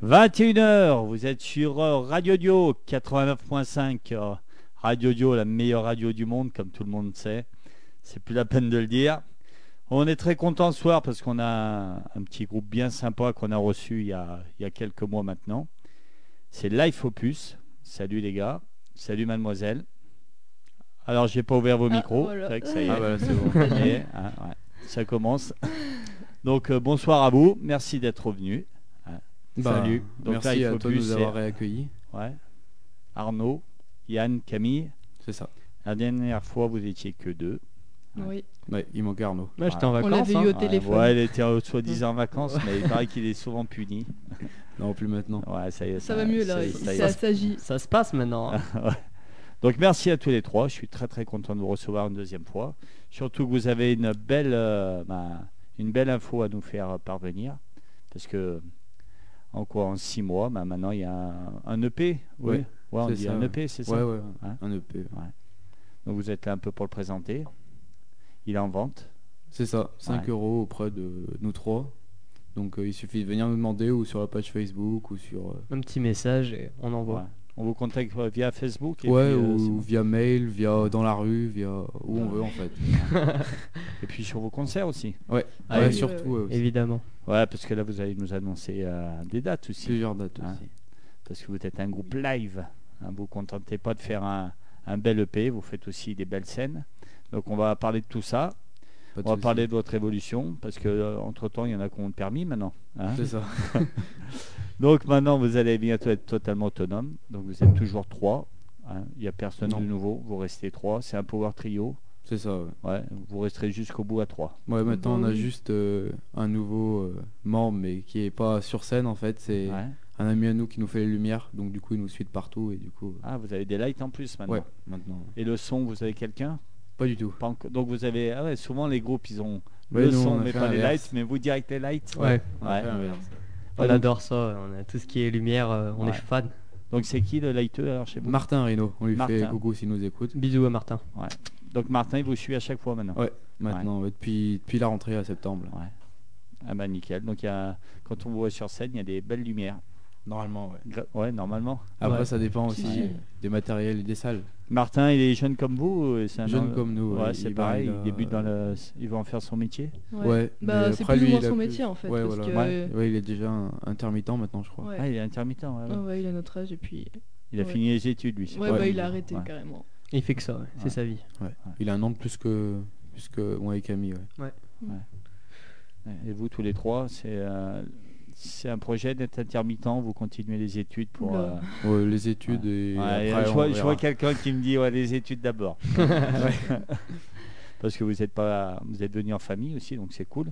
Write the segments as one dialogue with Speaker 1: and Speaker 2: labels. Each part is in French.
Speaker 1: 21h, vous êtes sur euh, Radio Dio 89.5. euh, Radio Dio, la meilleure radio du monde, comme tout le monde sait. C'est plus la peine de le dire. On est très content ce soir parce qu'on a un petit groupe bien sympa qu'on a reçu il y a, il y a quelques mois maintenant. C'est Life Opus. Salut les gars. Salut mademoiselle. Alors j'ai pas ouvert vos
Speaker 2: Ah,
Speaker 1: micros.
Speaker 2: voilà.
Speaker 1: C'est vrai que ça y est.
Speaker 3: Ah, voilà, c'est bon.
Speaker 1: Ça y est, hein, ouais, ça commence. Donc euh, bonsoir à vous. Merci d'être venus. Hein.
Speaker 3: Bah,
Speaker 1: Salut. Donc
Speaker 3: merci
Speaker 1: Life
Speaker 3: à toi de
Speaker 1: Opus,
Speaker 3: nous
Speaker 1: c'est-
Speaker 3: avoir réaccueillis.
Speaker 1: Ouais. Arnaud, Yann, Camille.
Speaker 3: C'est ça.
Speaker 1: La dernière fois, vous étiez que deux.
Speaker 2: Oui,
Speaker 3: Ouais, il manque Arnaud.
Speaker 4: Bah, j'étais en
Speaker 2: on
Speaker 4: vacances.
Speaker 2: l'avait eu au
Speaker 4: hein.
Speaker 1: Ouais,
Speaker 2: téléphone.
Speaker 1: ouais, il était euh, soi-disant en vacances, mais il paraît qu'il est souvent puni.
Speaker 3: Non, plus maintenant.
Speaker 1: Ouais, ça y est.
Speaker 2: ça va mieux là,
Speaker 1: ça y est,
Speaker 2: il
Speaker 1: ça y
Speaker 2: ça
Speaker 1: est.
Speaker 2: s'agit.
Speaker 4: Ça se passe maintenant. hein.
Speaker 1: Ah. Donc merci à tous les trois. Je suis très très content de vous recevoir une deuxième fois. Surtout que vous avez une belle, euh, bah, une belle info à nous faire parvenir, parce que en quoi en six mois, bah, maintenant il y a un, un EP. Oui.
Speaker 3: Ouais,
Speaker 1: Ouais, on
Speaker 3: c'est
Speaker 1: dit
Speaker 3: ça,
Speaker 1: un
Speaker 3: ouais.
Speaker 1: EP, c'est
Speaker 3: Ouais,
Speaker 1: ça.
Speaker 3: ouais,
Speaker 1: Hein
Speaker 3: un EP.
Speaker 1: Donc vous êtes là un peu pour le présenter. Il est en vente.
Speaker 3: C'est ça, 5
Speaker 1: Ouais.
Speaker 3: euros auprès de nous trois. Donc euh, il suffit de venir nous demander ou sur la page Facebook ou sur... euh,
Speaker 4: Un petit message et on envoie.
Speaker 1: Ouais. On vous contacte euh, via Facebook. et
Speaker 3: ouais,
Speaker 1: puis, euh,
Speaker 3: ou
Speaker 1: c'est bon.
Speaker 3: via mail, via dans la rue, via où on veut en fait.
Speaker 1: Et puis sur vos concerts aussi.
Speaker 3: Ouais,
Speaker 4: Ah,
Speaker 3: ouais,
Speaker 4: oui.
Speaker 3: surtout euh, aussi.
Speaker 4: Évidemment.
Speaker 1: Ouais, parce que là, vous allez nous annoncer euh, des dates aussi.
Speaker 3: plusieurs dates
Speaker 1: Hein.
Speaker 3: aussi.
Speaker 1: Parce que vous êtes un groupe live. hein, vous ne vous contentez pas de faire un, un bel EP, vous faites aussi des belles scènes. Donc on va parler de tout ça.
Speaker 3: Pas de
Speaker 1: on va
Speaker 3: soucis.
Speaker 1: parler de votre évolution, parce que euh, entre-temps, il y en a qui ont le permis maintenant. hein.
Speaker 3: C'est ça.
Speaker 1: Donc maintenant, vous allez bientôt être totalement autonome. Donc vous êtes toujours trois. hein. Il n'y a personne
Speaker 3: Non.
Speaker 1: de nouveau. Vous restez trois. C'est un power trio.
Speaker 3: C'est ça, ouais.
Speaker 1: Ouais, vous resterez jusqu'au bout à trois.
Speaker 3: Ouais, maintenant on
Speaker 2: Bah
Speaker 3: a
Speaker 2: oui.
Speaker 3: juste euh, un nouveau euh, membre mais qui est pas sur scène en fait, c'est
Speaker 1: Ouais.
Speaker 3: un ami à nous qui nous fait les lumières, donc du coup il nous suit de partout et du coup... euh,
Speaker 1: Ah, vous avez des lights en plus maintenant.
Speaker 3: Ouais, maintenant.
Speaker 1: Et le son, vous avez quelqu'un
Speaker 3: Pas du tout.
Speaker 1: Pas encore- Donc vous avez. Ah ouais, souvent les groupes, ils ont
Speaker 3: Ouais,
Speaker 1: le
Speaker 3: nous,
Speaker 1: son,
Speaker 3: on a
Speaker 1: mais
Speaker 3: fait
Speaker 1: pas les
Speaker 3: l'inverse.
Speaker 1: lights, mais vous direct les lights.
Speaker 4: Ouais.
Speaker 3: On a
Speaker 1: Ouais.
Speaker 3: fait l'inverse.
Speaker 4: On adore ça. On a tout ce qui est lumière. euh, on
Speaker 1: Ouais.
Speaker 4: est fan.
Speaker 1: Donc c'est qui le lighteux alors chez vous
Speaker 3: Martin Reno, on lui fait
Speaker 1: Martin.
Speaker 3: coucou s'il nous écoute.
Speaker 4: Bisous à Martin.
Speaker 1: Donc Martin, il vous suit à chaque fois maintenant.
Speaker 3: Mm. Ouais. Maintenant, ouais, depuis, depuis la rentrée à septembre. là.
Speaker 1: Ah bah nickel. Donc il y a- quand on vous voit sur scène, il y a des belles lumières.
Speaker 3: Normalement, ouais.
Speaker 1: Gra- Ouais, normalement.
Speaker 3: Après,
Speaker 4: Ouais.
Speaker 3: ça dépend aussi
Speaker 1: si.
Speaker 3: des matériels et des salles.
Speaker 1: Martin, il est jeune comme vous euh, c'est un
Speaker 3: Jeune
Speaker 1: en-
Speaker 3: comme nous.
Speaker 1: Ouais,
Speaker 3: il-
Speaker 1: c'est
Speaker 3: il va-
Speaker 1: pareil.
Speaker 3: il
Speaker 1: Il,
Speaker 3: a-
Speaker 1: débute dans le. Il va en faire son métier.
Speaker 2: Ouais.
Speaker 3: Ouais.
Speaker 2: bah,
Speaker 3: mais
Speaker 2: c'est
Speaker 3: après,
Speaker 2: plus
Speaker 3: lui,
Speaker 2: ou moins
Speaker 3: il a
Speaker 2: son
Speaker 3: plus-
Speaker 2: métier en fait.
Speaker 3: Ouais,
Speaker 2: parce
Speaker 3: voilà.
Speaker 2: que...
Speaker 3: Ouais, ouais, il est déjà un- intermittent maintenant, je crois.
Speaker 2: Ouais.
Speaker 1: Ah, il est intermittent. ouais, ouais.
Speaker 2: Ah ouais, il a notre âge et puis.
Speaker 1: Il a
Speaker 2: Ouais.
Speaker 1: fini les études lui. c'est
Speaker 2: Ouais,
Speaker 1: pas-
Speaker 2: bah il a arrêté
Speaker 1: Ouais.
Speaker 2: carrément.
Speaker 4: Il fait que ça. ouais. C'est
Speaker 1: Ouais.
Speaker 4: sa vie.
Speaker 3: Il a un an de plus que, plus que moi et Camille. ouais.
Speaker 1: Et vous tous les trois, c'est euh, c'est un projet d'être intermittent. Vous continuez les études pour.
Speaker 2: Oula.
Speaker 1: euh,
Speaker 3: Ouais, les études et.
Speaker 1: Ouais,
Speaker 3: après,
Speaker 1: je
Speaker 3: on
Speaker 1: vois, je
Speaker 3: verra.
Speaker 1: vois quelqu'un qui me dit ouais, les études d'abord. Ouais. parce que vous êtes pas, vous êtes venu en famille aussi, donc c'est cool.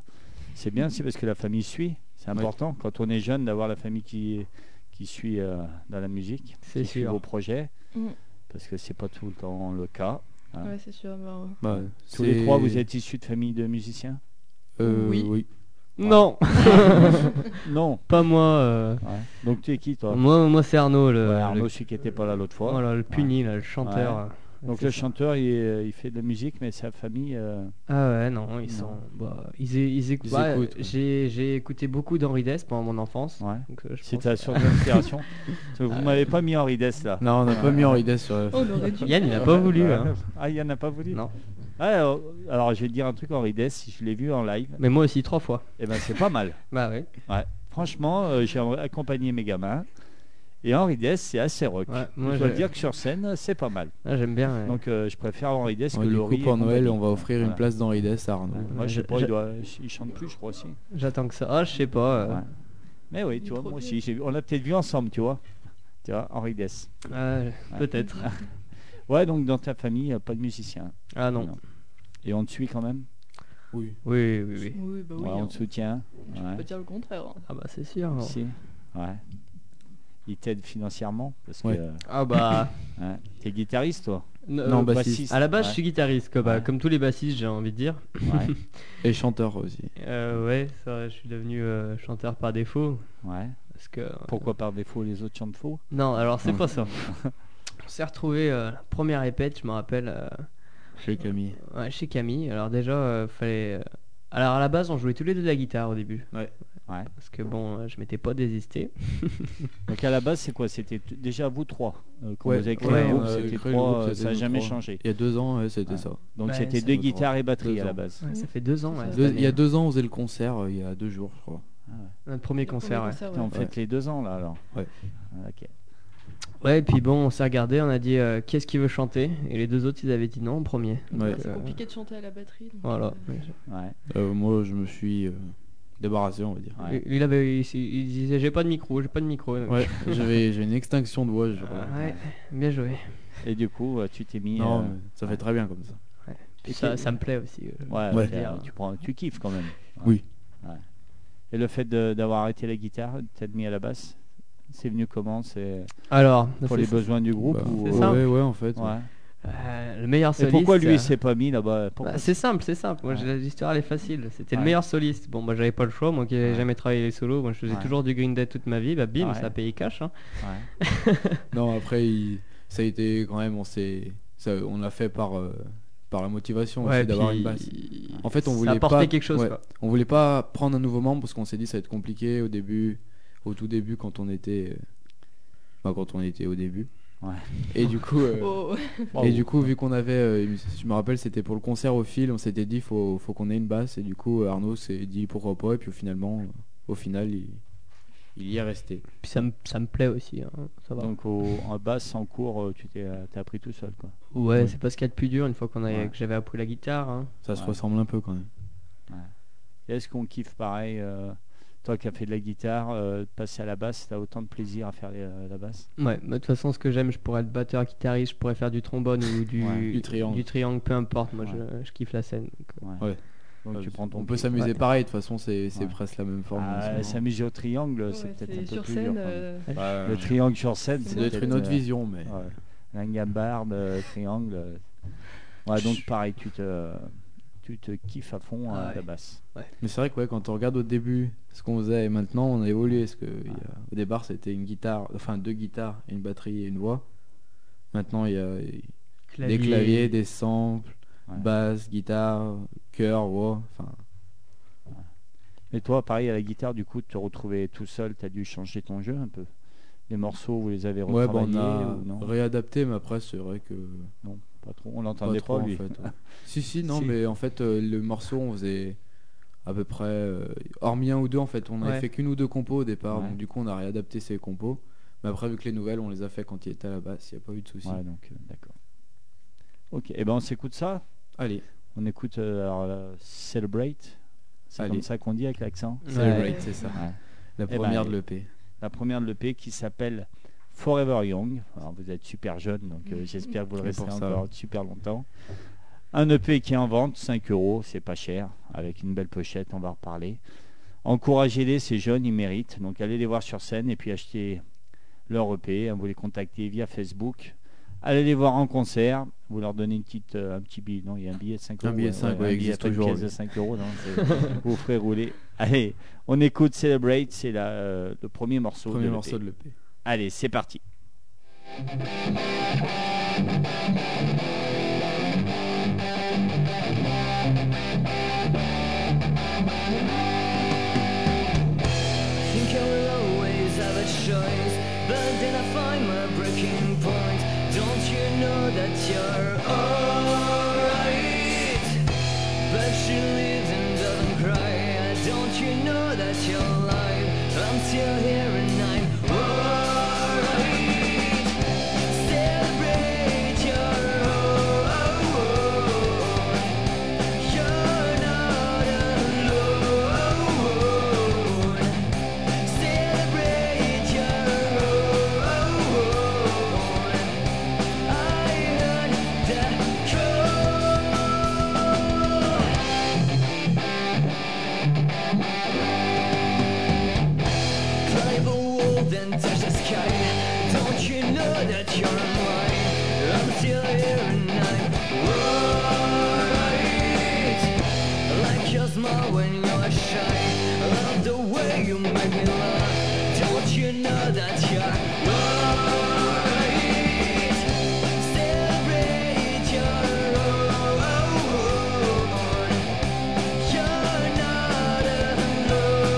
Speaker 1: C'est bien, c'est parce que la famille suit. C'est important quand on est jeune d'avoir la famille qui qui suit euh, dans la musique,
Speaker 4: C'est
Speaker 1: qui suit vos
Speaker 4: sûr.
Speaker 1: projets,
Speaker 2: Mm.
Speaker 1: parce que c'est pas tout le temps le cas. Ah.
Speaker 2: Ouais, c'est sûr. bah, ouais.
Speaker 3: Bah,
Speaker 1: Tous les
Speaker 3: c'est-
Speaker 1: trois, vous êtes issus de familles de musiciens
Speaker 3: Euh,
Speaker 2: Oui.
Speaker 3: oui.
Speaker 4: Non.
Speaker 1: Non.
Speaker 4: Pas moi. euh,
Speaker 1: Ouais. Donc tu es qui toi
Speaker 4: Moi, moi c'est euh, Arnaud. Le,
Speaker 1: Ouais,
Speaker 4: le-
Speaker 1: Arnaud, celui qui n'était pas là l'autre fois.
Speaker 4: voilà, le puni, là, le chanteur.
Speaker 1: Ouais.
Speaker 4: euh,
Speaker 1: Donc
Speaker 4: c'est
Speaker 1: le
Speaker 4: ça.
Speaker 1: chanteur, il, est- euh, il fait de la musique, mais sa famille. euh,
Speaker 4: Ah ouais, non, ils
Speaker 1: Non.
Speaker 4: sont. bah, ils, é- ils éc-
Speaker 3: Ils
Speaker 4: bah,
Speaker 3: écoutent, ouais.
Speaker 4: J'ai j'ai écouté beaucoup d'Henri Dess pendant mon enfance.
Speaker 1: ouais.
Speaker 4: donc, euh, je
Speaker 1: C'est
Speaker 4: pense-
Speaker 1: ta source d'inspiration. Parce que vous m'avez pas mis Henri Dess là.
Speaker 3: Non, on n'a pas mis Henri Dess sur. la-
Speaker 2: Oh, on aurait dû.
Speaker 4: Yann, il a pas voulu.
Speaker 1: Ouais.
Speaker 4: hein.
Speaker 1: Ah, il y en a pas voulu.
Speaker 4: Non.
Speaker 1: Ah, alors, alors, je vais te dire un truc, Henri Dess, si je l'ai vu en live,
Speaker 4: Mais moi aussi, trois fois.
Speaker 1: eh ben c'est pas mal.
Speaker 4: Bah ouais.
Speaker 1: Franchement, euh, j'ai accompagné mes gamins. Et Henri Dess, c'est assez rock.
Speaker 4: Ouais, moi,
Speaker 1: je dois
Speaker 4: je-
Speaker 1: dire que sur scène, c'est pas mal.
Speaker 4: Ah, J'aime bien. ouais.
Speaker 1: Donc euh, je préfère Henri Dess
Speaker 3: Ouais,
Speaker 1: que
Speaker 3: du
Speaker 1: Laurie.
Speaker 3: coup, pour
Speaker 1: et
Speaker 3: Noël,
Speaker 1: compagnie.
Speaker 3: on va offrir
Speaker 1: Voilà.
Speaker 3: une place d'Henri Dess à Arnaud.
Speaker 1: Moi, je sais
Speaker 4: Je-
Speaker 1: pas,
Speaker 4: je-
Speaker 1: il, doit... il chante plus, je crois aussi.
Speaker 4: J'attends que ça. Ah, je sais pas. euh,
Speaker 1: Ouais. Mais oui,
Speaker 2: Il
Speaker 1: tu
Speaker 2: est
Speaker 1: vois,
Speaker 2: trop
Speaker 1: moi
Speaker 2: vieux.
Speaker 1: aussi, j'ai vu- on l'a peut-être vu ensemble, tu vois. Tu vois, Henri Dess.
Speaker 4: ouais,
Speaker 1: Ouais.
Speaker 4: euh, Peut-être.
Speaker 1: Ouais, donc dans ta famille, euh, pas de musicien.
Speaker 4: Ah non.
Speaker 1: Non. Et on te suit quand même.
Speaker 3: Oui.
Speaker 4: Oui, oui, oui.
Speaker 2: Oui, bah oui.
Speaker 1: Ouais, on
Speaker 2: hein.
Speaker 1: te soutient.
Speaker 2: Je
Speaker 1: Ouais.
Speaker 2: peux pas dire le contraire. hein.
Speaker 4: Ah bah c'est sûr.
Speaker 1: Si. Ouais. Il t'aide financièrement parce que
Speaker 3: Ouais.
Speaker 1: euh,
Speaker 4: Ah bah.
Speaker 1: ouais. t'es guitariste toi.
Speaker 4: n-
Speaker 3: Non,
Speaker 4: euh,
Speaker 3: bah,
Speaker 4: À la base, je suis guitariste, comme, bah,
Speaker 1: Ouais.
Speaker 4: comme tous les bassistes, j'ai envie de dire.
Speaker 1: Ouais. ouais.
Speaker 3: Et chanteur aussi.
Speaker 4: Euh, ouais, c'est vrai, je suis devenu euh, chanteur par défaut.
Speaker 1: ouais.
Speaker 4: Parce que. euh,
Speaker 1: Pourquoi par défaut les autres chantent faux
Speaker 4: Non, alors c'est pas ça. On s'est retrouvé première répète, je me rappelle, euh,
Speaker 3: Chez Camille.
Speaker 4: ouais, chez Camille. Alors déjà, euh, fallait. euh, Alors à la base, on jouait tous les deux de la guitare au début.
Speaker 3: Ouais.
Speaker 1: Ouais.
Speaker 4: Parce que bon, euh, je m'étais pas désisté.
Speaker 1: Donc à la base, c'est quoi C'était t- déjà vous trois euh, quand
Speaker 3: Ouais,
Speaker 1: vous avez créé
Speaker 4: ouais,
Speaker 1: le
Speaker 4: on
Speaker 1: groupe,
Speaker 3: avait
Speaker 1: c'était
Speaker 3: créé le
Speaker 1: trois, euh,
Speaker 3: groupe, c'était
Speaker 1: ça n'a
Speaker 3: nous
Speaker 1: jamais
Speaker 3: trois.
Speaker 1: changé.
Speaker 3: Il y a deux ans, ouais, c'était
Speaker 1: Ouais.
Speaker 3: ça.
Speaker 1: Donc
Speaker 4: Ouais,
Speaker 1: c'était
Speaker 4: ça
Speaker 1: deux
Speaker 4: nous trois.
Speaker 1: guitares et batterie
Speaker 3: Deux
Speaker 1: à la
Speaker 3: ans.
Speaker 1: base.
Speaker 4: ça fait deux ans. ouais,
Speaker 2: Ça
Speaker 4: cette
Speaker 3: Deux- il y a
Speaker 4: année.
Speaker 3: deux ans, on faisait le concert, euh, il y a deux jours, je crois.
Speaker 4: Notre premier concert. Ouais.
Speaker 1: Putain, on
Speaker 3: Ouais.
Speaker 1: fête les deux ans là alors.
Speaker 3: Ouais.
Speaker 1: Ah, ok.
Speaker 4: Ouais, et puis bon, on s'est regardé, on a dit euh, qui est-ce qui veut chanter Et les deux autres, ils avaient dit non en premier.
Speaker 3: Ouais.
Speaker 2: C'est
Speaker 4: Euh,
Speaker 2: compliqué de chanter à la batterie. donc,
Speaker 4: Voilà.
Speaker 2: euh,
Speaker 1: Ouais.
Speaker 3: Euh, moi, je me suis euh, débarrassé, on va dire.
Speaker 1: Ouais.
Speaker 4: Il, il avait, il, il disait j'ai pas de micro, j'ai pas de micro.
Speaker 3: Ouais, j'avais j'ai une extinction de voix. je-
Speaker 4: Ah, ouais, bien joué.
Speaker 1: Et du coup, euh, tu t'es mis.
Speaker 3: Non,
Speaker 1: euh,
Speaker 3: mais ça fait très bien comme ça.
Speaker 4: Puis ça, ça me plaît aussi. euh.
Speaker 1: Ouais,
Speaker 3: Ouais.
Speaker 1: c'est- euh, Tu, prends, tu kiffes quand même. Ouais.
Speaker 3: Oui.
Speaker 1: Ouais. Et le fait de- d'avoir arrêté la guitare, t'être mis à la basse, c'est venu comment C'est
Speaker 4: Alors,
Speaker 1: pour
Speaker 4: c'est-
Speaker 1: les besoins du groupe
Speaker 3: Bah,
Speaker 1: ou... euh,
Speaker 4: C'est ça.
Speaker 3: Ouais, ouais, en fait.
Speaker 1: Ouais.
Speaker 4: euh, le meilleur
Speaker 1: Et
Speaker 4: soliste.
Speaker 1: pourquoi lui
Speaker 4: euh,
Speaker 1: il s'est pas mis là-bas Pourquoi
Speaker 4: bah, C'est simple, c'est simple. Moi,
Speaker 1: Ouais.
Speaker 4: j'ai- l'histoire elle est facile. C'était
Speaker 1: Ouais.
Speaker 4: le meilleur soliste. Bon, moi, j'avais pas le choix. Moi, qui n'avais
Speaker 1: Ouais.
Speaker 4: jamais travaillé les solos, moi, je faisais
Speaker 1: Ouais.
Speaker 4: toujours du Green Day toute ma vie. Bah, bim,
Speaker 1: Ouais.
Speaker 4: ça a payé cash. hein.
Speaker 1: Ouais.
Speaker 3: Non, après, il- ça a été quand même, on s'est, ça- on l'a fait par, euh, par la motivation aussi d'avoir
Speaker 4: puis-
Speaker 3: une basse. En fait, on
Speaker 4: ça
Speaker 3: voulait
Speaker 4: apportait
Speaker 3: pas-
Speaker 4: quelque chose.
Speaker 3: ouais.
Speaker 4: quoi.
Speaker 3: On voulait pas prendre un nouveau membre parce qu'on s'est dit ça va être compliqué au début, au tout début quand on était, euh, bah, quand on était au début.
Speaker 1: Ouais.
Speaker 3: Et du coup, euh,
Speaker 2: oh,
Speaker 1: Bravo.
Speaker 3: et du coup, vu qu'on avait, euh, je me rappelle, c'était pour le concert au fil, on s'était dit faut, faut qu'on ait une basse et du coup Arnaud s'est dit pourquoi pas et puis finalement, au final, il, il y est resté.
Speaker 4: Puis ça me, ça me plaît aussi. hein, Ça va.
Speaker 1: Donc au, en basse, en cours, euh, tu t'es euh, t'as appris tout seul quoi.
Speaker 4: ouais,
Speaker 3: Ouais.
Speaker 4: c'est pas ce qu'il y a de plus dur une fois qu'on a,
Speaker 1: Ouais.
Speaker 4: que j'avais appris la guitare. hein.
Speaker 3: Ça se
Speaker 1: Ouais.
Speaker 3: ressemble un peu quand même.
Speaker 1: Et Est-ce qu'on kiffe pareil euh, Toi qui as fait de la guitare, euh, de passer à la basse, t'as autant de plaisir à faire les- euh, la basse
Speaker 4: Ouais, mais de toute façon, ce que j'aime, je pourrais être batteur, guitariste, je pourrais faire du trombone ou du,
Speaker 1: Ouais,
Speaker 3: du triangle.
Speaker 4: triangle, peu importe. Moi,
Speaker 1: Ouais.
Speaker 4: je, je kiffe la scène. donc, euh,
Speaker 1: Donc
Speaker 3: Euh,
Speaker 1: tu prends ton.
Speaker 3: on peut
Speaker 1: pied.
Speaker 3: s'amuser
Speaker 4: Ouais.
Speaker 3: pareil, de toute façon c'est c'est
Speaker 1: Ouais.
Speaker 3: presque la même forme.
Speaker 1: Ah,
Speaker 3: en ce moment.
Speaker 1: S'amuser au triangle,
Speaker 2: ouais,
Speaker 1: c'est peut-être un
Speaker 2: c'est
Speaker 1: peu
Speaker 2: sur
Speaker 1: plus dur.
Speaker 2: scène.
Speaker 1: quand même.
Speaker 2: euh,
Speaker 1: Le triangle sur scène,
Speaker 2: Ça
Speaker 3: ça
Speaker 1: c'est
Speaker 3: doit être une
Speaker 1: peut-être,
Speaker 3: autre
Speaker 1: euh,
Speaker 3: vision, mais
Speaker 1: Ouais. La gambarde, euh, triangle. euh. Ouais, donc pareil, tu te, tu te kiffes à fond à
Speaker 3: Ah
Speaker 4: Ouais.
Speaker 1: la basse.
Speaker 3: mais c'est vrai que ouais, quand on regarde au début ce qu'on faisait et maintenant on a évolué, parce que il y a- au départ c'était une guitare, enfin deux guitares, une batterie et une voix. Maintenant il y a
Speaker 4: clavier.
Speaker 3: des claviers, des samples,
Speaker 1: Ouais.
Speaker 3: basse, guitare, chœur, voix. Enfin,
Speaker 1: Et toi, pareil, à la guitare, du coup, tu te retrouvais tout seul, tu as dû changer ton jeu un peu. Les morceaux, vous les avez
Speaker 3: ouais, bah,
Speaker 1: retravaillés
Speaker 3: on a
Speaker 1: ou non
Speaker 3: réadapté, mais après c'est vrai que
Speaker 1: Pas trop, on
Speaker 3: pas
Speaker 1: l'entendait pas,
Speaker 3: trop en
Speaker 1: lui.
Speaker 3: fait. ouais. si si non,
Speaker 4: Si.
Speaker 3: mais en fait euh, le morceau on faisait à peu près euh, hormis un ou deux en fait, on avait
Speaker 4: Ouais.
Speaker 3: fait qu'une ou deux compos au départ,
Speaker 1: Ouais.
Speaker 3: donc du coup on a réadapté ces compos. Mais après vu que les nouvelles on les a fait quand il était à la basse, il n'y a pas eu de souci.
Speaker 1: Ouais, donc euh, d'accord. Ok, et ben on s'écoute ça.
Speaker 3: Allez,
Speaker 1: On écoute euh, alors, euh, Celebrate. C'est
Speaker 3: Allez.
Speaker 1: comme ça qu'on dit avec l'accent.
Speaker 4: Ouais.
Speaker 3: celebrate, c'est ça.
Speaker 1: Ouais.
Speaker 3: La
Speaker 1: Eh ben,
Speaker 3: première de l'EP.
Speaker 1: La première de l'EP qui s'appelle Forever Young. Alors vous êtes super jeune, donc euh, j'espère que vous le
Speaker 3: C'est
Speaker 1: resterez
Speaker 3: pour ça.
Speaker 1: encore super longtemps. Un EP qui est en vente, 5 euros, c'est pas cher, avec une belle pochette, on va en reparler. Encouragez-les, ces jeunes, ils méritent. Donc allez les voir sur scène et puis achetez leur EP. hein, Vous les contactez via Facebook. Allez les voir en concert. Vous leur donnez une petite, euh, un petit billet. Non, il y a un billet de 5
Speaker 3: Un
Speaker 1: euros.
Speaker 3: billet de
Speaker 1: ouais,
Speaker 3: cinq,
Speaker 1: ouais,
Speaker 3: ouais,
Speaker 1: un billet,
Speaker 3: existe
Speaker 1: pas une
Speaker 3: toujours,
Speaker 1: pièce
Speaker 3: oui.
Speaker 1: de 5 euros. non, c'est- vous ferez rouler. Allez, on écoute Celebrate. C'est la, euh, le premier morceau.
Speaker 3: Premier
Speaker 1: de
Speaker 3: morceau
Speaker 1: l'EP.
Speaker 3: de l'EP.
Speaker 1: Allez, c'est parti.
Speaker 5: Think I will always have a choice, but then I find my breaking point. Don't you know that you're alright? But she lives and doesn't cry. Don't you know that you're alive? I'm still here and I'm alright. Celebrate your own. You're not alone. Celebrate your own. I heard the call. Climb a wall, then touch the sky. Don't you know that you're mine? I'm still here and I'm alright. Like your smile when you're shy. Love the way you make me laugh. Don't you know that you're right? Celebrate your own. You're not alone.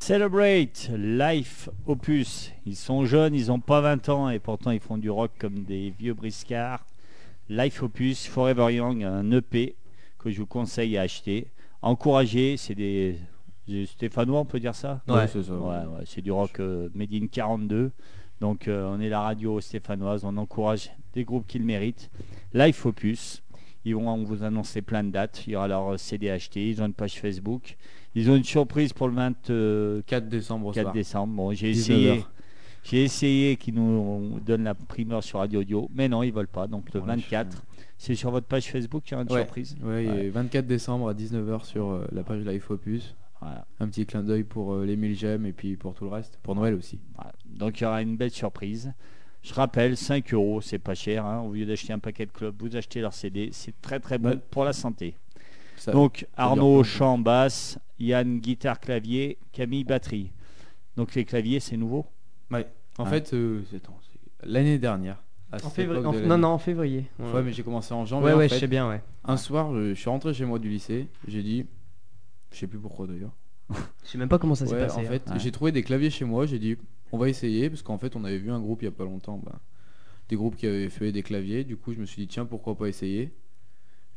Speaker 1: Celebrate Life Opus. Ils sont jeunes, ils n'ont pas 20 ans et pourtant ils font du rock comme des vieux briscards. Life Opus Forever Young, un EP que je vous conseille à acheter. Encouragez, c'est des, des Stéphanois, on peut dire ça
Speaker 4: Ouais.
Speaker 3: c'est ça.
Speaker 1: Ouais, ouais, c'est du rock euh, made in 42. Donc euh, on est la radio stéphanoise, on encourage des groupes qui le méritent. Life Opus, ils vont on vous annoncer plein de dates. Il y aura leur euh, CD acheté, ils ont une page Facebook. Ils ont une surprise pour le 24
Speaker 3: 4 décembre au soir.
Speaker 1: décembre. Bon, j'ai
Speaker 3: 19
Speaker 1: essayé.
Speaker 3: heures.
Speaker 1: J'ai essayé qu'ils nous donnent la primeur sur Radio Audio, mais non, ils veulent pas. Donc le
Speaker 3: Oh, la
Speaker 1: 24, c'est sur votre page Facebook qu'il y aura une
Speaker 3: Ouais.
Speaker 1: surprise.
Speaker 3: Ouais, il est
Speaker 1: Ouais.
Speaker 3: 24 décembre à 19h sur euh, la page Life Opus.
Speaker 1: Voilà.
Speaker 3: Un petit clin d'œil pour euh, les 1000 gemmes et puis pour tout le reste. Pour Noël aussi.
Speaker 1: Voilà. Donc il y aura une belle surprise. Je rappelle, 5 euros, c'est pas cher. hein. Au lieu d'acheter un paquet de clubs, vous achetez leur CD. C'est très très bon
Speaker 3: Ouais.
Speaker 1: pour la santé.
Speaker 3: Ça-
Speaker 1: Donc
Speaker 3: Bah, bien.
Speaker 1: Arnaud chant basse, Yann guitare clavier, Camille batterie. Donc les claviers, c'est nouveau.
Speaker 3: en
Speaker 1: Ouais.
Speaker 3: fait, euh, c'est- attends, c'est l'année dernière. à
Speaker 4: En
Speaker 3: cette
Speaker 4: février.
Speaker 3: époque de
Speaker 4: en-
Speaker 3: l'année.
Speaker 4: Non, non, en février. Ouais,
Speaker 3: Ouais, mais j'ai commencé en janvier.
Speaker 4: ouais,
Speaker 3: en
Speaker 4: ouais,
Speaker 3: fait.
Speaker 4: je sais bien, ouais.
Speaker 3: Un soir, je, je suis rentré chez moi du lycée. J'ai dit, je sais plus pourquoi d'ailleurs.
Speaker 4: Je sais même pas comment ça s'est
Speaker 3: Ouais,
Speaker 4: passé.
Speaker 3: en
Speaker 4: hein.
Speaker 3: fait,
Speaker 1: Ouais.
Speaker 3: j'ai trouvé des claviers chez moi, j'ai dit on va essayer parce qu'en fait, on avait vu un groupe il y a pas longtemps, bah, des groupes qui avaient fait des claviers, du coup, je me suis dit tiens, pourquoi pas essayer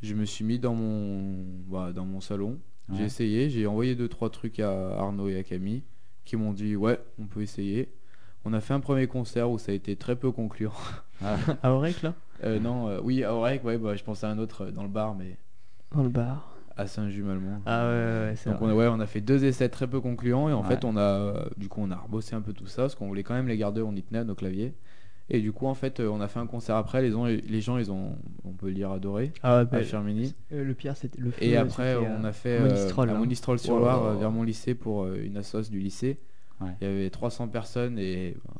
Speaker 3: Je me suis mis dans mon bah, dans mon salon, j'ai
Speaker 1: Ouais.
Speaker 3: essayé, j'ai envoyé deux trois trucs à Arnaud et à Camille qui m'ont dit ouais, on peut essayer. On a fait un premier concert où ça a été très peu concluant.
Speaker 4: hein. à Orec, là
Speaker 3: Euh, non, euh, oui, à Orec, ouais, bah, je pensais à un autre euh, dans le bar, mais
Speaker 4: Dans le bar.
Speaker 3: à Saint-Jumalement.
Speaker 4: Ah ouais, ouais, ouais, c'est
Speaker 3: Donc
Speaker 4: vrai.
Speaker 3: on a, ouais, on a fait deux essais très peu concluants et en
Speaker 1: Ouais.
Speaker 3: fait on a euh, du coup on a rebossé un peu tout ça parce qu'on voulait quand même les garder, on y tenait à nos claviers. Et du coup en fait euh, on a fait un concert après, les, gens- les gens ils ont on peut le dire adoré
Speaker 4: Ah ouais, bah,
Speaker 3: à Firmini.
Speaker 4: euh, le pire, c'était le feu.
Speaker 3: Et après
Speaker 4: c'était,
Speaker 3: on
Speaker 4: euh,
Speaker 3: a fait euh,
Speaker 4: Monistrol,
Speaker 3: à
Speaker 4: hein.
Speaker 3: Monistrol sur
Speaker 4: Wow.
Speaker 3: Loire euh, vers mon lycée pour euh, une assoce du lycée.
Speaker 1: Ouais.
Speaker 3: Il y avait 300 personnes et bah,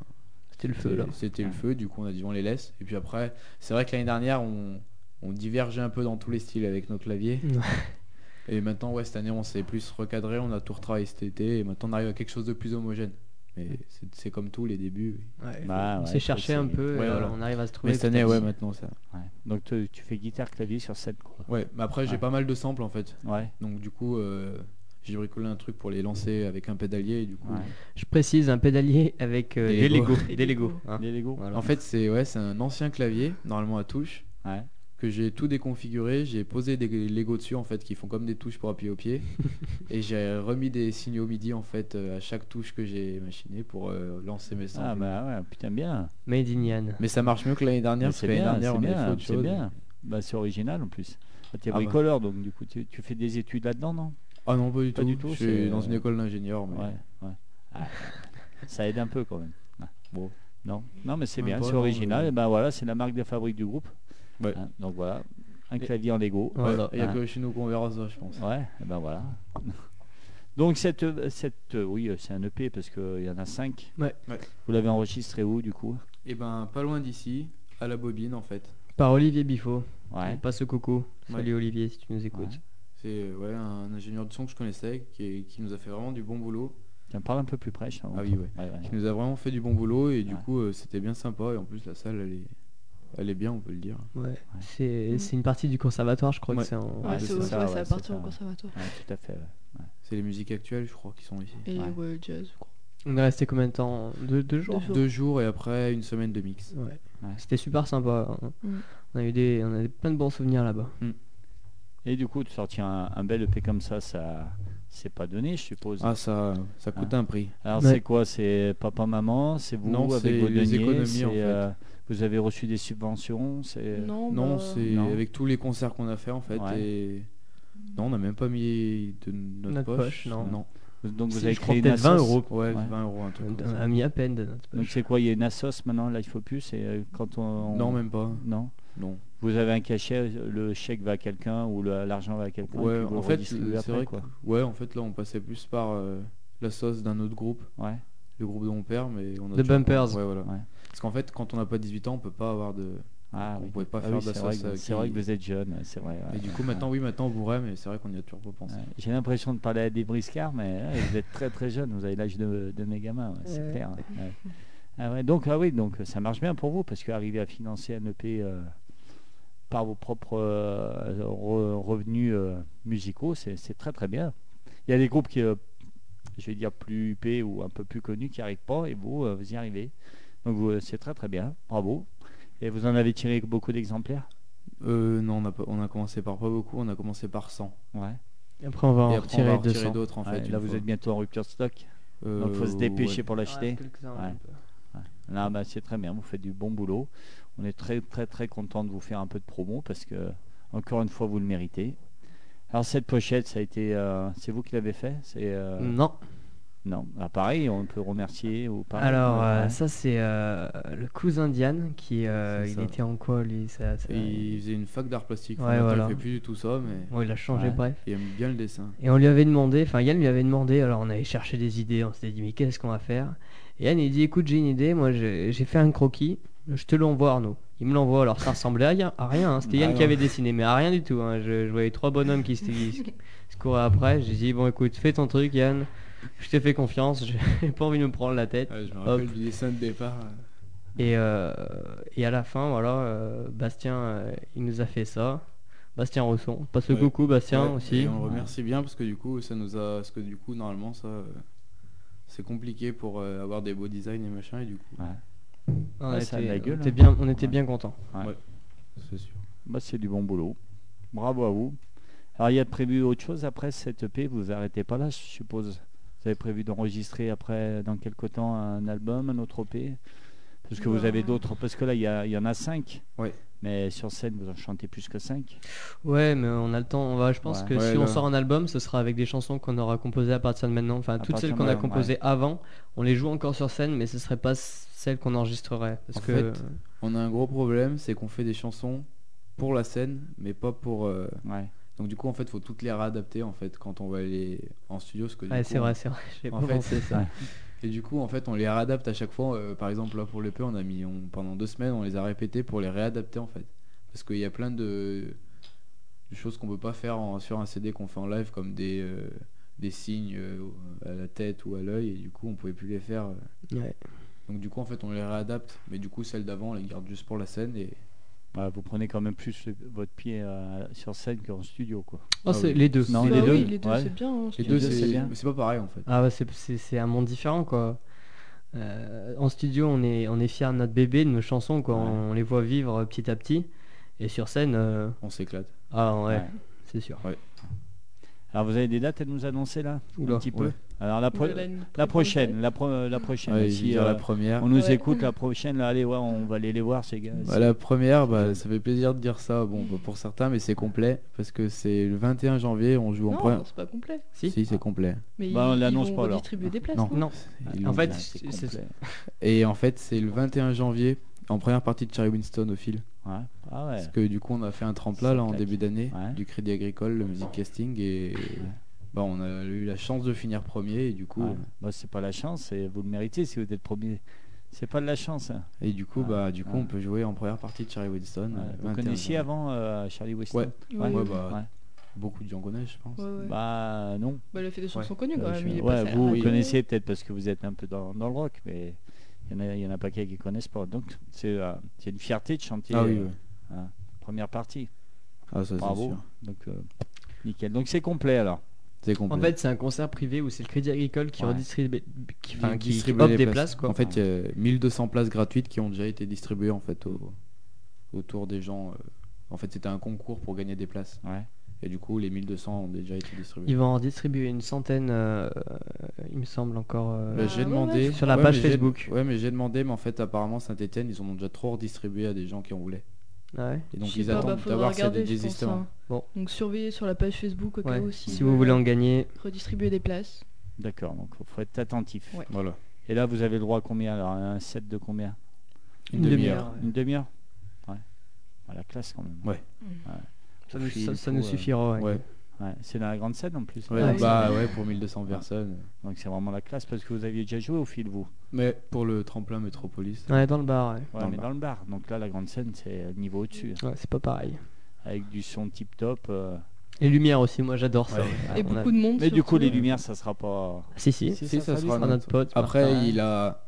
Speaker 4: C'était le feu,
Speaker 3: c'était-
Speaker 4: là.
Speaker 3: c'était le
Speaker 1: Ouais.
Speaker 3: feu, du coup on a dit on les laisse. Et puis après c'est vrai que l'année dernière on, on divergeait un peu dans tous les styles avec nos claviers. Et maintenant, ouais, cette année, on s'est plus recadré, on a tout retravaillé cet été, et maintenant, on arrive à quelque chose de plus homogène. Mais c'est- c'est comme tout, les débuts. oui.
Speaker 4: Ouais,
Speaker 1: Bah,
Speaker 4: on
Speaker 1: ouais,
Speaker 4: s'est cherché
Speaker 1: faut
Speaker 4: un
Speaker 1: essayer.
Speaker 4: peu,
Speaker 3: Ouais,
Speaker 4: et, euh,
Speaker 3: voilà.
Speaker 4: on arrive à se trouver.
Speaker 3: Mais cette année,
Speaker 4: petit à
Speaker 3: ouais,
Speaker 4: petit.
Speaker 3: maintenant, ça.
Speaker 1: Ouais. Donc tu, tu fais guitare clavier sur cette quoi.
Speaker 3: Ouais, mais après, j'ai
Speaker 1: Ouais.
Speaker 3: pas mal de samples, en fait.
Speaker 1: Ouais.
Speaker 3: Donc, du coup, euh, j'ai bricolé un truc pour les lancer avec un pédalier, et du coup...
Speaker 1: Ouais.
Speaker 4: Je précise, un pédalier avec euh,
Speaker 3: Des Lego.
Speaker 4: Des Lego. hein.
Speaker 1: Les Lego.
Speaker 4: Voilà.
Speaker 3: En fait, c'est ouais, c'est un ancien clavier, normalement à touche,
Speaker 1: Ouais.
Speaker 3: que j'ai tout déconfiguré, j'ai posé des Lego dessus, en fait, qui font comme des touches pour appuyer au pied, et j'ai remis des signaux MIDI, en fait, euh, à chaque touche que j'ai machiné pour euh, lancer mes samples.
Speaker 1: Ah bah ouais, putain bien.
Speaker 4: Made in Yann.
Speaker 3: Mais ça marche mieux que l'année dernière,
Speaker 1: Mais
Speaker 3: parce
Speaker 1: C'est
Speaker 3: que
Speaker 1: bien,
Speaker 3: l'année dernière,
Speaker 1: c'est
Speaker 3: on avait fait
Speaker 1: bien,
Speaker 3: autre
Speaker 1: c'est
Speaker 3: chose.
Speaker 1: bien. Bah c'est original en plus. Ah, T'es
Speaker 3: Ah bah.
Speaker 1: bricoleur donc du coup tu, tu fais des études là-dedans non
Speaker 3: Ah non, pas du
Speaker 1: Pas
Speaker 3: tout.
Speaker 1: du tout,
Speaker 3: je
Speaker 1: c'est-
Speaker 3: suis dans une école d'ingénieur. Mais...
Speaker 1: Ouais, ouais. Ah, ça aide un peu quand même. Ouais.
Speaker 3: Ah. Bon.
Speaker 1: Non, non mais c'est
Speaker 3: Même
Speaker 1: bien,
Speaker 3: pas,
Speaker 1: c'est
Speaker 3: non,
Speaker 1: original.
Speaker 3: mais-
Speaker 1: Et ben voilà, c'est la marque de fabrique du groupe.
Speaker 3: Ouais.
Speaker 1: Hein, donc voilà, un
Speaker 3: Et-
Speaker 1: clavier en Lego.
Speaker 4: Ouais. Voilà.
Speaker 3: Il y a
Speaker 1: Hein.
Speaker 3: que chez nous qu'on verra ça, je pense.
Speaker 1: Ouais, et ben voilà. Donc cette, cette euh, oui, euh, c'est un EP parce qu'il y en a 5.
Speaker 4: Ouais.
Speaker 3: Ouais.
Speaker 1: Vous l'avez enregistré où du coup
Speaker 3: Et ben, pas loin d'ici, à la bobine, en fait.
Speaker 4: Par Olivier Biffaut.
Speaker 1: Ouais.
Speaker 4: Pas ce coco. Salut Olivier, si tu nous écoutes.
Speaker 3: C'est euh, ouais, un ingénieur du son que je connaissais, qui, est- qui nous a fait vraiment du bon boulot.
Speaker 1: Tiens, parle un peu plus près. je t'en-
Speaker 3: Ah oui, ouais.
Speaker 1: ouais, ouais.
Speaker 3: Qui nous a vraiment fait du bon boulot, et du
Speaker 1: Ouais.
Speaker 3: coup, euh, c'était bien sympa. Et en plus, la salle, elle est, elle est bien, on peut le dire.
Speaker 4: Ouais. C'est c'est une partie du conservatoire, je crois
Speaker 3: Ouais.
Speaker 4: que c'est en.
Speaker 2: Ouais,
Speaker 1: Ouais,
Speaker 2: c'est
Speaker 1: c'est
Speaker 2: ouais,
Speaker 1: ça,
Speaker 2: ouais,
Speaker 1: ouais,
Speaker 2: ça
Speaker 1: c'est
Speaker 2: appartient au
Speaker 1: ça.
Speaker 2: conservatoire.
Speaker 1: Ouais, tout à fait. ouais.
Speaker 3: C'est les musiques actuelles, je crois, qui sont ici.
Speaker 2: Et
Speaker 1: Ouais.
Speaker 2: ouais. le jazz, je crois.
Speaker 4: On est resté combien de temps Deux, deux jours.
Speaker 2: jours.
Speaker 3: Deux jours et après une semaine de mix.
Speaker 4: Ouais.
Speaker 1: Ouais.
Speaker 4: C'était super sympa. hein.
Speaker 2: Mm.
Speaker 4: On a eu des, on a eu plein de bons souvenirs là-bas.
Speaker 1: Et du coup, de sortir un, un bel EP comme ça, ça c'est pas donné, je suppose.
Speaker 3: Ah, ça, ça coûte un prix.
Speaker 1: Alors
Speaker 4: Ouais.
Speaker 1: c'est quoi C'est papa maman, c'est vous
Speaker 3: Non, c'est
Speaker 1: avec vos
Speaker 3: les
Speaker 1: deniers,
Speaker 3: économies,
Speaker 1: c'est,
Speaker 3: en fait.
Speaker 1: euh, vous avez reçu des subventions, c'est euh,
Speaker 2: Non,
Speaker 3: Non,
Speaker 2: bah,
Speaker 3: c'est
Speaker 1: Non.
Speaker 3: avec tous les concerts qu'on a fait en fait.
Speaker 1: Ouais.
Speaker 3: Et... Non, on n'a même pas mis de notre,
Speaker 4: Notre poche, non.
Speaker 1: donc vous
Speaker 4: Si,
Speaker 1: avez
Speaker 4: je crois
Speaker 1: créé une
Speaker 4: peut-être 20
Speaker 1: assoce.
Speaker 4: euros.
Speaker 3: Ouais,
Speaker 1: Ouais.
Speaker 3: 20 euros un truc.
Speaker 4: On
Speaker 3: comme ça.
Speaker 4: a mis à peine de notre
Speaker 1: Donc
Speaker 4: poche.
Speaker 1: c'est quoi Il y a une assoce maintenant là, il faut plus et euh, quand on
Speaker 3: Non, même pas.
Speaker 1: non.
Speaker 3: Non.
Speaker 1: Vous avez un cachet, euh, le chèque va à quelqu'un ou le- l'argent va à quelqu'un. et
Speaker 3: Ouais,
Speaker 1: puis vous
Speaker 3: en
Speaker 1: le
Speaker 3: fait,
Speaker 1: redistribuez
Speaker 3: c'est
Speaker 1: après,
Speaker 3: vrai que-
Speaker 1: quoi.
Speaker 3: Ouais, en fait, là, on passait plus par euh, la sauce d'un autre groupe,
Speaker 1: Ouais.
Speaker 3: le groupe de mon père, mais on a.
Speaker 4: The
Speaker 3: toujours-
Speaker 4: Bumpers.
Speaker 3: Ouais, voilà.
Speaker 1: Ouais.
Speaker 3: Parce qu'en fait, quand on n'a pas 18 ans, on peut pas avoir de.
Speaker 1: Ah
Speaker 3: on
Speaker 1: oui.
Speaker 3: pouvait pas
Speaker 1: Ah
Speaker 3: faire
Speaker 1: oui,
Speaker 3: de la
Speaker 1: c'est vrai,
Speaker 3: sauce,
Speaker 1: que-
Speaker 3: euh,
Speaker 1: c'est
Speaker 3: qui-
Speaker 1: vrai que vous êtes jeune, ouais, c'est vrai. ouais.
Speaker 3: Et du coup, maintenant, oui, maintenant, on bourrait, mais c'est vrai qu'on y a toujours pas pensé.
Speaker 1: Ouais. J'ai l'impression de parler à des briscards, mais ouais, vous êtes très très jeune, vous avez l'âge de, de mes gamins, ouais, c'est
Speaker 4: Ouais.
Speaker 1: clair. ouais. Ah ouais, donc, ah oui, donc ça marche bien pour vous, parce qu'arriver à financer un EP euh, par vos propres euh, re- revenus euh, musicaux, c'est c'est très très bien. Il y a des groupes qui, euh, je vais dire plus huppés ou un peu plus connus qui n'arrivent pas et vous, euh, vous y arrivez. Donc vous- c'est très très bien, bravo. Et vous en avez tiré beaucoup d'exemplaires
Speaker 3: Euh, non, on a, pas- on a commencé par pas beaucoup, on a commencé par 100.
Speaker 1: Ouais.
Speaker 4: Et après, on va en
Speaker 3: et après, on va
Speaker 4: retirer
Speaker 3: en retirer
Speaker 4: 200.
Speaker 3: d'autres en
Speaker 1: Ouais,
Speaker 3: fait.
Speaker 1: là
Speaker 3: une
Speaker 1: vous
Speaker 3: fois.
Speaker 1: êtes bientôt en rupture de stock,
Speaker 3: Euh,
Speaker 1: donc faut se dépêcher
Speaker 3: ouais.
Speaker 1: pour l'acheter.
Speaker 4: quelques-uns,
Speaker 1: Ouais.
Speaker 4: on peut.
Speaker 1: Là, bah, c'est très bien, vous faites du bon boulot. On est très très très content de vous faire un peu de promo parce que encore une fois vous le méritez. Alors cette pochette, ça a été, euh, c'est vous qui l'avez fait, c'est euh,
Speaker 4: Non.
Speaker 1: non, Ah, pareil, on peut remercier ou pas.
Speaker 4: Alors, euh,
Speaker 1: Ouais.
Speaker 4: ça, c'est euh, le cousin d'Yann qui. euh,
Speaker 3: C'est
Speaker 4: il
Speaker 3: ça.
Speaker 4: était en quoi, lui ça, ça-
Speaker 3: Et Il faisait une fac d'art plastique.
Speaker 4: Ouais,
Speaker 3: maintenant,
Speaker 4: voilà.
Speaker 3: Il fait plus du tout ça, mais
Speaker 4: Bon, il a changé,
Speaker 1: Ouais.
Speaker 4: bref.
Speaker 3: il aime bien le dessin.
Speaker 4: Et on lui avait demandé, enfin Yann lui avait demandé, alors on avait cherché des idées, on s'était dit mais qu'est-ce qu'on va faire Et Yann il dit écoute j'ai une idée, moi j'ai j'ai fait un croquis, je te l'envoie Arnaud. Il me l'envoie, alors ça ressemblait à rien, à rien, hein. c'était
Speaker 1: Bah
Speaker 3: Ah
Speaker 4: Yann qui
Speaker 3: non.
Speaker 4: avait dessiné, mais à rien du tout. hein. Je, je voyais trois bonhommes qui se, qui se- se couraient après, j'ai dit bon écoute fais ton truc Yann, je te fais confiance, j'ai pas envie de me prendre la tête.
Speaker 3: Ouais, je me
Speaker 4: Hop.
Speaker 3: rappelle du dessin de départ. euh.
Speaker 4: Et, euh, et à la fin voilà, euh, Bastien euh, il nous a fait ça, Bastien Rosson, passe le
Speaker 3: Ouais.
Speaker 4: coucou Bastien
Speaker 3: Ouais,
Speaker 4: aussi.
Speaker 3: Et on le remercie bien parce que du coup, ça nous a. Parce que du coup, normalement, ça. euh, C'est compliqué pour euh, avoir des beaux designs et machin, et du coup,
Speaker 4: On,
Speaker 1: Ouais, ça a de la
Speaker 4: était,
Speaker 1: gueule,
Speaker 4: on était
Speaker 1: hein.
Speaker 4: bien, on était
Speaker 1: Ouais.
Speaker 4: bien contents.
Speaker 3: c'est sûr.
Speaker 1: Bah, c'est du bon boulot. Bravo à vous. Alors, il y a de prévu autre chose après cette EP Vous vous arrêtez pas là, je suppose. Vous avez prévu d'enregistrer après, dans quelque temps, un album, un autre EP Parce que vous
Speaker 2: Non.
Speaker 1: avez d'autres. Parce que là, il y, a- il y en a cinq.
Speaker 3: Ouais.
Speaker 1: Mais sur scène, vous en chantez plus que cinq.
Speaker 4: Ouais, mais on a le temps. On va, je pense
Speaker 1: Ouais.
Speaker 4: que
Speaker 3: Ouais,
Speaker 4: si on
Speaker 3: là.
Speaker 4: sort un album, ce sera avec des chansons qu'on aura composées à partir de maintenant. Enfin,
Speaker 1: À
Speaker 4: toutes
Speaker 1: partir
Speaker 4: celles
Speaker 1: de
Speaker 4: qu'on a
Speaker 1: maintenant,
Speaker 4: composées avant, on les joue encore sur scène, mais ce serait pas s- celles qu'on enregistrerait. Parce
Speaker 3: En
Speaker 4: que
Speaker 3: fait, On a un gros problème, c'est qu'on fait des chansons pour la scène, mais pas pour. euh,
Speaker 1: Ouais.
Speaker 3: Donc du coup, en fait, faut toutes les réadapter en fait quand on va aller en studio, parce que du
Speaker 4: ouais,
Speaker 3: coup,
Speaker 4: c'est vrai, c'est vrai. J'ai
Speaker 3: en
Speaker 4: pas
Speaker 3: fait,
Speaker 4: pensé ça.
Speaker 1: ouais.
Speaker 3: Et du coup, en fait, on les réadapte à chaque fois. Euh, par exemple, là pour l'EP, on a mis on- pendant deux semaines, on les a répétés pour les réadapter en fait, parce qu'il y a plein de, de choses qu'on peut pas faire en- sur un CD qu'on fait en live, comme des euh, des signes euh, à la tête ou à l'œil, et du coup, on pouvait plus les faire. euh.
Speaker 4: Ouais.
Speaker 3: Donc du coup, en fait, on les réadapte, mais du coup, celles d'avant, on les garde juste pour la scène et
Speaker 1: Ouais, Bah, vous prenez quand même plus le- votre pied euh, sur scène qu'en studio. Quoi.
Speaker 4: Oh,
Speaker 3: Ah
Speaker 4: c'est
Speaker 3: oui.
Speaker 4: les deux.
Speaker 1: Non,
Speaker 2: Bah
Speaker 1: les
Speaker 2: oui,
Speaker 1: deux,
Speaker 2: les deux,
Speaker 1: ouais.
Speaker 2: c'est bien. hein,
Speaker 3: les
Speaker 1: Les
Speaker 2: c'est-
Speaker 3: deux,
Speaker 1: deux, c'est
Speaker 3: c'est
Speaker 1: bien.
Speaker 3: mais c'est pas pareil en fait.
Speaker 4: Ah ouais, c'est- c'est c'est un monde différent quoi. Euh, en studio, on est on est fier de notre bébé, de nos chansons quoi.
Speaker 1: Ouais.
Speaker 4: On les voit vivre petit à petit. Et sur scène, euh,
Speaker 3: On s'éclate.
Speaker 4: ah ouais,
Speaker 1: Ouais.
Speaker 4: c'est sûr.
Speaker 1: Alors, vous avez des dates à nous annoncer là
Speaker 4: Oula,
Speaker 1: Un petit peu
Speaker 3: ouais.
Speaker 1: Alors, la, pro-
Speaker 2: Voilà une
Speaker 1: la
Speaker 2: très bonne
Speaker 1: prochaine.
Speaker 2: tête.
Speaker 1: La, pro- euh, la prochaine.
Speaker 3: Ouais,
Speaker 1: si,
Speaker 3: je veux dire,
Speaker 1: euh,
Speaker 3: la première.
Speaker 1: on nous
Speaker 2: Ouais.
Speaker 1: écoute la prochaine. Là, allez, ouais, on va aller les voir, ces gars.
Speaker 3: Bah, la première, bah, ça fait plaisir de dire ça. Bon, bah, pour certains, mais c'est complet parce que c'est le 21 janvier. On joue en
Speaker 2: Non,
Speaker 3: première.
Speaker 2: c'est pas complet.
Speaker 3: Si, c'est complet.
Speaker 2: Mais
Speaker 1: Bah, on
Speaker 2: ils,
Speaker 1: l'annonce
Speaker 2: ils vont
Speaker 1: pas, alors.
Speaker 2: redistribuer des places.
Speaker 3: Non.
Speaker 2: non
Speaker 4: Non,
Speaker 3: Ils
Speaker 4: en
Speaker 3: l'ont
Speaker 4: fait,
Speaker 3: bien.
Speaker 4: c'est c'est-
Speaker 1: complet.
Speaker 3: et en fait, c'est le 21 janvier en première partie de Cherry Winston au fil.
Speaker 1: Ouais. Ah ouais.
Speaker 3: Parce que du coup, on a fait un tremplin là en
Speaker 1: claque.
Speaker 3: début d'année
Speaker 1: Ouais.
Speaker 3: du Crédit Agricole, le Music Casting et bah, on a eu la chance de finir premier et du coup,
Speaker 1: Ouais. Bah, c'est pas la chance et vous le méritez si vous êtes premier. C'est pas de la chance. hein.
Speaker 3: et du coup,
Speaker 1: Ouais.
Speaker 3: bah, du coup,
Speaker 1: Ouais.
Speaker 3: on peut jouer en première partie de Cherry Winston.
Speaker 1: Ouais.
Speaker 3: euh,
Speaker 1: Vous
Speaker 3: 21
Speaker 1: connaissiez
Speaker 3: janvier.
Speaker 1: avant euh, Charlie Weston
Speaker 2: Ouais,
Speaker 3: Ouais,
Speaker 2: ouais,
Speaker 3: bah,
Speaker 1: Ouais.
Speaker 3: beaucoup de gens connaissent, je pense.
Speaker 2: Ouais, ouais.
Speaker 1: Bah non.
Speaker 2: Bah, il a fait des chansons
Speaker 3: Ouais.
Speaker 2: connues quand
Speaker 3: Euh,
Speaker 2: même.
Speaker 3: je-
Speaker 2: il est hein.
Speaker 1: Ouais,
Speaker 2: passé à la
Speaker 1: vous, vous
Speaker 2: radio.
Speaker 1: connaissiez peut-être parce que vous êtes un peu dans, dans le rock, mais il y en a, il y en a pas qui connaissent pas. Donc c'est euh, c'est une fierté de chanter
Speaker 3: Ah oui,
Speaker 1: euh,
Speaker 3: ouais.
Speaker 1: première partie.
Speaker 3: ah ça c'est
Speaker 1: Bravo.
Speaker 3: sûr.
Speaker 1: Donc euh, nickel. Donc c'est complet alors.
Speaker 3: C'est complet.
Speaker 4: En fait, c'est un concert privé où c'est le Crédit Agricole qui
Speaker 1: Ouais.
Speaker 4: redistribue, qui, enfin, qui- qui
Speaker 3: distribue
Speaker 4: offre
Speaker 3: les
Speaker 4: des places quoi.
Speaker 3: En fait, euh, il y a 1200 places gratuites qui ont déjà été distribuées en fait au- autour des gens. euh. En fait, c'était un concours pour gagner des places.
Speaker 1: Ouais.
Speaker 3: Et du coup, les 1200 ont déjà été distribuées.
Speaker 4: Ils vont en distribuer une centaine, euh, il me semble encore. euh,
Speaker 3: Bah, j'ai
Speaker 2: Ah ouais,
Speaker 3: demandé
Speaker 4: ouais. Sur la page
Speaker 3: mais j'ai-
Speaker 4: Facebook.
Speaker 3: Ouais, mais j'ai demandé, mais en fait, apparemment, Saint-Etienne, ils en ont déjà trop redistribué à des gens qui en voulaient.
Speaker 4: ah ouais.
Speaker 3: Et
Speaker 2: Je
Speaker 3: donc,
Speaker 2: sais
Speaker 3: ils
Speaker 2: pas, bah,
Speaker 3: attendent
Speaker 2: faudra
Speaker 3: d'avoir ça
Speaker 2: regarder,
Speaker 3: des
Speaker 2: je pense,
Speaker 3: désistements.
Speaker 2: hein.
Speaker 4: Bon.
Speaker 2: Donc surveillez sur la page Facebook au cas
Speaker 4: Ouais.
Speaker 2: où aussi.
Speaker 4: Si vous voulez en gagner,
Speaker 2: Redistribuer des places.
Speaker 1: D'accord. Donc faut être attentif.
Speaker 2: Ouais.
Speaker 3: Voilà.
Speaker 1: Et là vous avez le droit à combien alors Un set de combien
Speaker 3: Une,
Speaker 4: Une
Speaker 3: demi-heure.
Speaker 4: demi-heure. Ouais.
Speaker 1: Une demi-heure Ouais. Bah, la classe quand même.
Speaker 3: Ouais.
Speaker 4: ça nous,
Speaker 1: Puis,
Speaker 4: ça-
Speaker 1: du
Speaker 4: ça
Speaker 1: coup,
Speaker 4: nous
Speaker 1: euh,
Speaker 4: suffira. ouais.
Speaker 3: Ouais.
Speaker 1: ouais. C'est dans la grande scène en plus.
Speaker 3: Ouais,
Speaker 2: Ah oui.
Speaker 3: bah ouais, pour 1200 personnes.
Speaker 1: Donc c'est vraiment la classe parce que vous aviez déjà joué au fil vous.
Speaker 3: Mais pour le tremplin Métropolis.
Speaker 4: Ouais, dans le bar, ouais.
Speaker 1: Ouais,
Speaker 3: Dans le
Speaker 1: mais
Speaker 3: bar.
Speaker 1: dans le bar. Donc là la grande scène c'est le niveau au-dessus. hein.
Speaker 4: Ouais, c'est pas pareil.
Speaker 1: Avec du son euh, tip top.
Speaker 4: Les lumières aussi, moi j'adore ça.
Speaker 3: Ouais.
Speaker 2: Et
Speaker 4: On a-
Speaker 2: beaucoup de monde.
Speaker 1: Mais du coup
Speaker 2: surtout.
Speaker 1: les
Speaker 4: euh,
Speaker 1: lumières ça sera pas.
Speaker 4: Si, si.
Speaker 1: Si,
Speaker 3: Si, ça sera
Speaker 4: Ah, notre pote.
Speaker 3: Après,
Speaker 1: Ouais.
Speaker 3: il a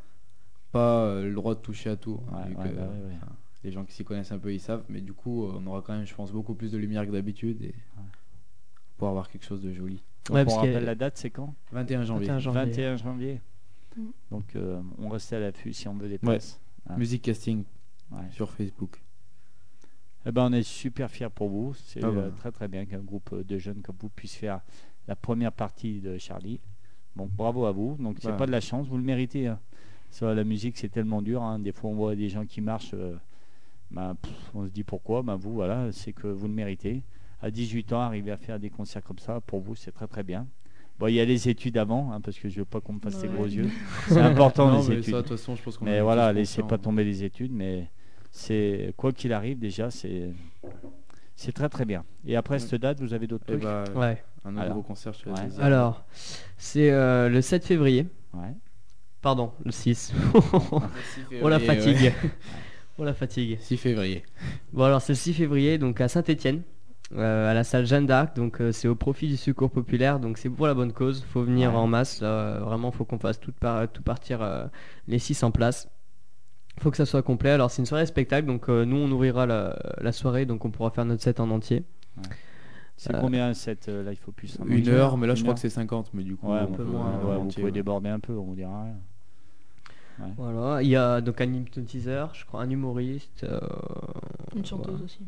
Speaker 3: pas euh, le droit de toucher à tout. hein,
Speaker 1: Ouais,
Speaker 3: vu
Speaker 1: ouais,
Speaker 3: que,
Speaker 1: bah ouais, ouais.
Speaker 3: enfin, Les gens qui s'y connaissent un peu, ils savent. Mais du coup, euh, on aura quand même, je pense, beaucoup plus de lumière que d'habitude. Et pour avoir quelque chose de joli.
Speaker 1: Donc,
Speaker 4: Ouais,
Speaker 1: on
Speaker 4: parce qu'il y a-
Speaker 1: rappelle la date, c'est quand
Speaker 3: 21 janvier.
Speaker 4: 21 janvier.
Speaker 1: 21 janvier.
Speaker 2: Mm.
Speaker 1: Donc euh, on reste à l'affût si on veut des places. Ah.
Speaker 3: Musique casting
Speaker 1: Ouais.
Speaker 3: sur Facebook.
Speaker 1: Eh ben, on est super fiers pour vous. C'est
Speaker 3: Ah
Speaker 1: euh,
Speaker 3: bah.
Speaker 1: très très bien qu'un groupe euh, de jeunes comme vous puisse faire la première partie de Charlie. Donc bravo à vous. Donc c'est
Speaker 3: Bah.
Speaker 1: pas de la chance, vous le méritez. hein. Ça, la musique c'est tellement dur. hein. Des fois on voit des gens qui marchent, euh, bah, pff, on se dit pourquoi. Bah, vous voilà, c'est que vous le méritez. À 18 ans, arriver à faire des concerts comme ça, pour vous c'est très très bien. Bon, il y a les études avant, hein, parce que je veux pas qu'on me fasse les
Speaker 2: Ouais.
Speaker 1: gros yeux. C'est important
Speaker 3: Non,
Speaker 1: les
Speaker 3: mais
Speaker 1: études.
Speaker 3: ça, de toute façon, je pense qu'on en
Speaker 1: Mais
Speaker 3: est
Speaker 1: voilà,
Speaker 3: tous
Speaker 1: laissez pas
Speaker 3: conscients.
Speaker 1: tomber les études, mais c'est quoi qu'il arrive déjà, c'est c'est très très bien. Et après
Speaker 3: Ouais.
Speaker 1: cette date, vous avez d'autres
Speaker 3: Eh
Speaker 1: trucs.
Speaker 3: bah,
Speaker 4: Ouais.
Speaker 3: Un autre
Speaker 1: Alors.
Speaker 3: gros concert, je te
Speaker 1: Ouais.
Speaker 3: laisse dire.
Speaker 4: Alors, c'est euh, le 7 février.
Speaker 1: Ouais.
Speaker 4: Pardon, le
Speaker 3: 6
Speaker 4: 6.
Speaker 3: février,
Speaker 4: On la
Speaker 3: ouais.
Speaker 4: fatigue. On la fatigue.
Speaker 3: 6 février.
Speaker 4: Bon alors c'est le 6 février donc à Saint-Étienne euh, à la salle Jeanne d'Arc donc euh, c'est au profit du secours populaire donc c'est pour la bonne cause faut venir
Speaker 1: Ouais.
Speaker 4: en masse là, euh, vraiment faut qu'on fasse tout, par- tout partir euh, les 6 en place faut que ça soit complet alors c'est une soirée spectacle donc euh, nous on ouvrira la, la soirée donc on pourra faire notre set en entier
Speaker 1: C'est
Speaker 4: Euh,
Speaker 1: combien cette euh, Life Opus en
Speaker 3: Une
Speaker 1: entier
Speaker 3: heure, mais là, je
Speaker 1: Une
Speaker 3: crois
Speaker 1: heure
Speaker 3: que c'est 50, mais du coup,
Speaker 1: Ouais,
Speaker 3: on
Speaker 1: bon,
Speaker 3: peut- euh,
Speaker 4: peu moins,
Speaker 1: ouais,
Speaker 3: ouais,
Speaker 1: vous
Speaker 3: entier,
Speaker 1: pouvez
Speaker 3: ouais.
Speaker 1: déborder un peu, on dira rien.
Speaker 4: voilà il y a donc un hypnotiseur je crois un humoriste euh,
Speaker 2: Une chanteuse aussi.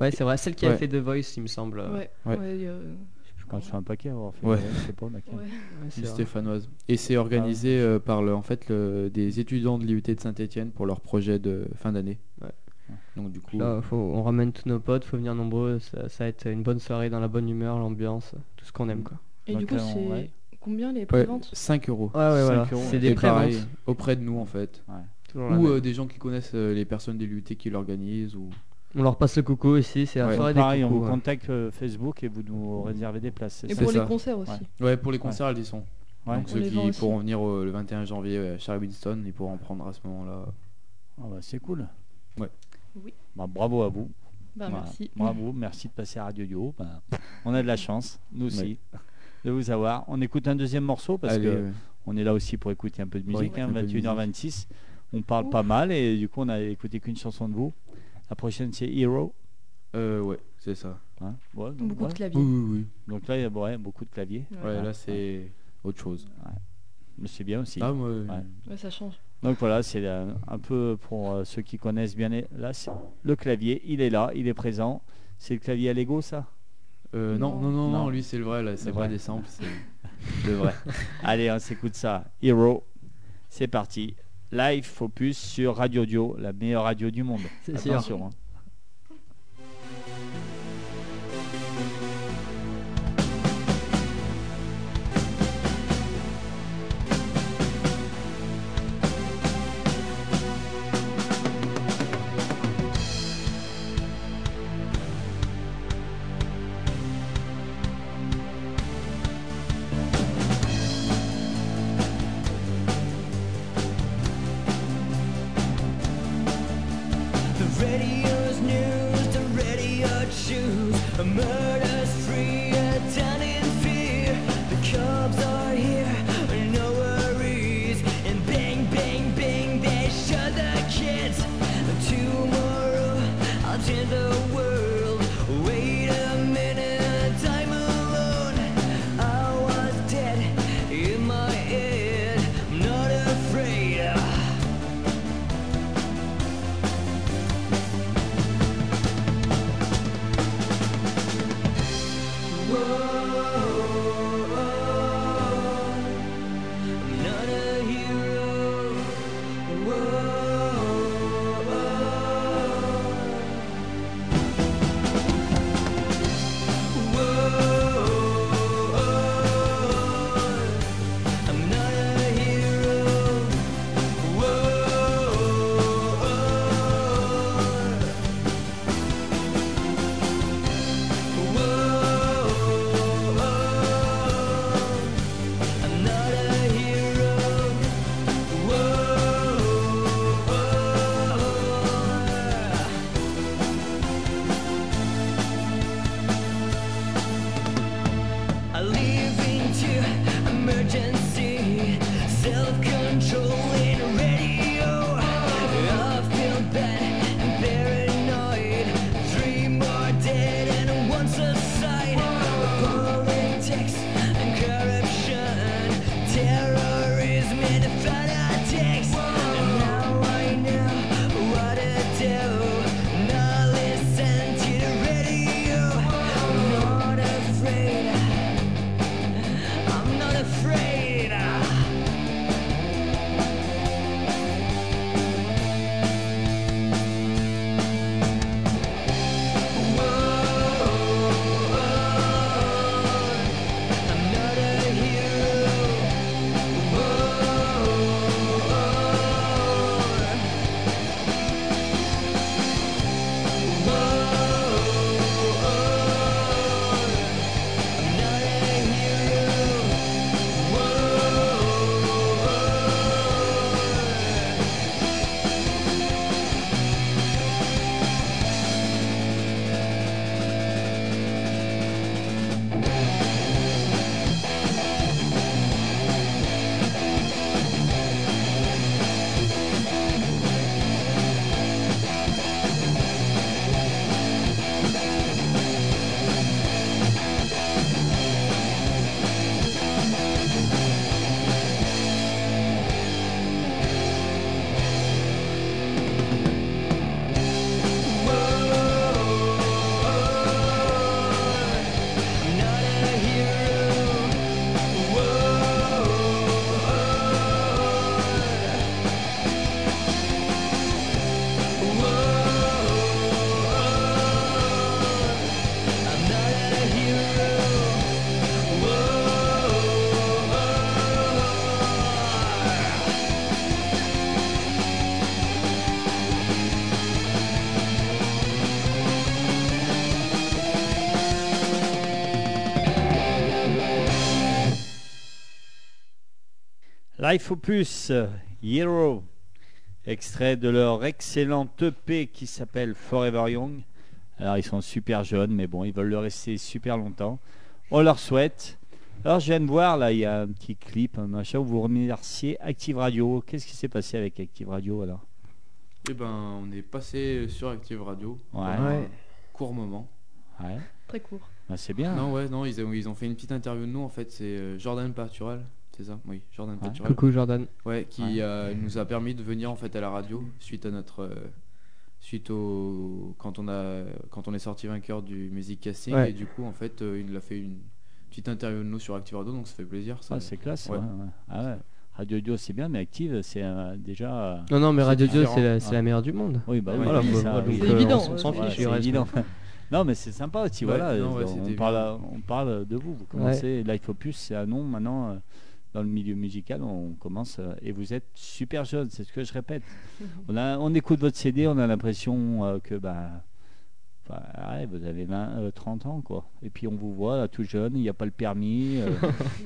Speaker 4: ouais c'est vrai celle qui
Speaker 3: Ouais.
Speaker 4: a fait The Voice il me semble
Speaker 2: Ouais.
Speaker 3: Ouais.
Speaker 2: Ouais. il y a- je sais plus
Speaker 1: Quand
Speaker 2: comment.
Speaker 1: je fais un paquet, avoir fait,
Speaker 3: Ouais.
Speaker 1: je sais pas, mec.
Speaker 2: Ouais.
Speaker 4: Ouais, c'est
Speaker 3: Une
Speaker 4: vrai.
Speaker 3: stéphanoise. Et c'est organisé euh, par le, en fait, le- des étudiants de l'IUT de Saint-Etienne pour leur projet de fin d'année.
Speaker 4: Ouais.
Speaker 3: Donc du coup,
Speaker 4: Là, faut- on ramène tous nos potes, faut venir nombreux, ça, ça va être une bonne soirée dans la bonne humeur, l'ambiance, tout ce qu'on aime quoi.
Speaker 2: Et du
Speaker 1: Donc
Speaker 2: coup,
Speaker 1: là, on-
Speaker 2: c'est
Speaker 1: ouais.
Speaker 2: combien les
Speaker 3: ouais,
Speaker 2: préventes
Speaker 3: 5 euros.
Speaker 4: Ouais, ouais,
Speaker 1: Cinq
Speaker 4: voilà.
Speaker 1: euros.
Speaker 4: C'est des
Speaker 3: Et pareil,
Speaker 4: préventes.
Speaker 3: auprès de nous en fait.
Speaker 4: Toujours la
Speaker 3: Ou
Speaker 4: même.
Speaker 3: euh, des gens qui connaissent euh, les personnes de l'IUT qui l'organisent. Ou...
Speaker 4: On leur passe le coucou ici, c'est la
Speaker 3: Ouais.
Speaker 1: Donc,
Speaker 4: soirée des
Speaker 1: pareil, on
Speaker 4: coucous,
Speaker 1: vous
Speaker 4: ouais.
Speaker 1: contacte euh, Facebook et vous nous réservez des places. c'est
Speaker 2: Et
Speaker 1: ça
Speaker 2: pour
Speaker 3: ça.
Speaker 2: les concerts aussi.
Speaker 1: Ouais.
Speaker 3: Ouais, pour les concerts, elles y sont.
Speaker 1: Ouais.
Speaker 3: Donc
Speaker 2: On
Speaker 3: ceux
Speaker 2: les
Speaker 3: qui
Speaker 2: vend aussi.
Speaker 3: pourront venir euh, le 21 janvier euh, à Charlie Winston, ils pourront en prendre à ce moment-là.
Speaker 1: Ah bah, c'est cool.
Speaker 3: Ouais.
Speaker 2: Oui.
Speaker 1: Bah, bravo à vous.
Speaker 2: Bah,
Speaker 1: Voilà.
Speaker 2: merci.
Speaker 1: Bravo, merci de passer à Radio Yo. Ben, on a de la chance, nous aussi,
Speaker 3: Ouais.
Speaker 1: de vous avoir. On écoute un deuxième morceau parce
Speaker 3: Allez,
Speaker 1: que
Speaker 3: ouais.
Speaker 1: on est là aussi pour écouter un peu de
Speaker 3: Ouais,
Speaker 1: musique. hein,
Speaker 3: un peu de
Speaker 1: 21h26, on parle
Speaker 2: Ouf.
Speaker 1: pas mal et du coup on a écouté qu'une chanson de vous. La prochaine c'est Hero.
Speaker 3: Euh, ouais, c'est ça.
Speaker 1: hein. Ouais, donc,
Speaker 2: Beaucoup
Speaker 1: ouais.
Speaker 2: de
Speaker 3: Oui,
Speaker 2: claviers.
Speaker 3: oui,
Speaker 1: Donc là il y a ouais, beaucoup de claviers,
Speaker 3: oui.
Speaker 2: Ouais.
Speaker 3: Ouais, là c'est autre chose.
Speaker 1: mais c'est bien aussi.
Speaker 3: Ah, moi,
Speaker 2: Ouais, ça change.
Speaker 1: Donc voilà, c'est euh, un peu pour euh, ceux qui connaissent bien. les- Là, c'est- le clavier, il est là, il est présent. C'est le clavier à Lego ça
Speaker 3: euh, non, non,
Speaker 2: Non.
Speaker 3: non, non,
Speaker 1: Non.
Speaker 3: lui c'est le vrai, là, c'est
Speaker 1: Le
Speaker 3: pas
Speaker 1: vrai.
Speaker 3: des samples, c'est le vrai.
Speaker 1: Allez, on s'écoute ça. Hero, c'est parti. Live Focus sur Radio Dio, la meilleure radio du monde.
Speaker 4: C'est sûr.
Speaker 1: Attention. hein.
Speaker 5: The radio
Speaker 1: Life Opus euh, Hero, extrait de leur excellent EP qui s'appelle Forever Young. Alors ils sont super jeunes, mais bon, ils veulent le rester super longtemps. On leur souhaite. Alors je viens de voir, là, il y a un petit clip, un machin, où vous remerciez Active Radio. Qu'est-ce qui s'est passé avec Active Radio alors
Speaker 3: Et ben, on est passé sur Active Radio. pendant
Speaker 1: Ouais.
Speaker 3: un Court moment.
Speaker 1: Ouais,
Speaker 2: Très court.
Speaker 1: Bah, c'est bien.
Speaker 3: Non, ouais, non, ils ont, ils ont fait une petite interview de nous en fait. C'est euh, Jordan Patural, c'est ça Oui, Jordan
Speaker 1: Ouais.
Speaker 3: Patural.
Speaker 4: Coucou Jordan.
Speaker 3: Ouais, qui
Speaker 1: Ouais.
Speaker 3: euh, nous a permis de venir en fait à la radio suite à notre euh, suite au quand on a quand on est sorti vainqueur du music casting
Speaker 4: Ouais.
Speaker 3: et du coup en fait euh, il nous a fait une petite interview de nous sur Active Radio donc ça fait plaisir ça.
Speaker 1: Ah, c'est classe.
Speaker 3: Ouais.
Speaker 1: ouais, ouais. Ah ouais. Radio Dio, c'est bien, mais Active, c'est euh, déjà. euh,
Speaker 4: Non, non, mais
Speaker 3: C'est
Speaker 4: Radio Dieu,
Speaker 3: différent.
Speaker 4: c'est la, c'est
Speaker 1: Ouais.
Speaker 4: la meilleure du monde.
Speaker 1: Oui, bah oui,
Speaker 3: Voilà,
Speaker 1: oui,
Speaker 3: bah,
Speaker 1: ça,
Speaker 4: bah,
Speaker 1: oui.
Speaker 4: donc,
Speaker 2: C'est évident, euh,
Speaker 4: on s'en
Speaker 2: ouais,
Speaker 4: fiche,
Speaker 1: Voilà,
Speaker 4: du
Speaker 1: c'est évident.
Speaker 4: reste.
Speaker 1: Non, mais c'est sympa aussi,
Speaker 3: Ouais,
Speaker 1: voilà.
Speaker 3: non, ouais,
Speaker 1: euh, on,
Speaker 3: c'était
Speaker 1: parle, on parle de vous. Vous commencez Life Opus, c'est un nom maintenant euh, dans le milieu musical. On commence euh, et vous êtes super jeune, c'est ce que je répète. On, a, on écoute votre CD, on a l'impression euh, que bah, enfin, ouais, vous avez 20, euh, 30 ans quoi. Et puis on vous voit là, tout jeune, il n'y a pas le permis, euh,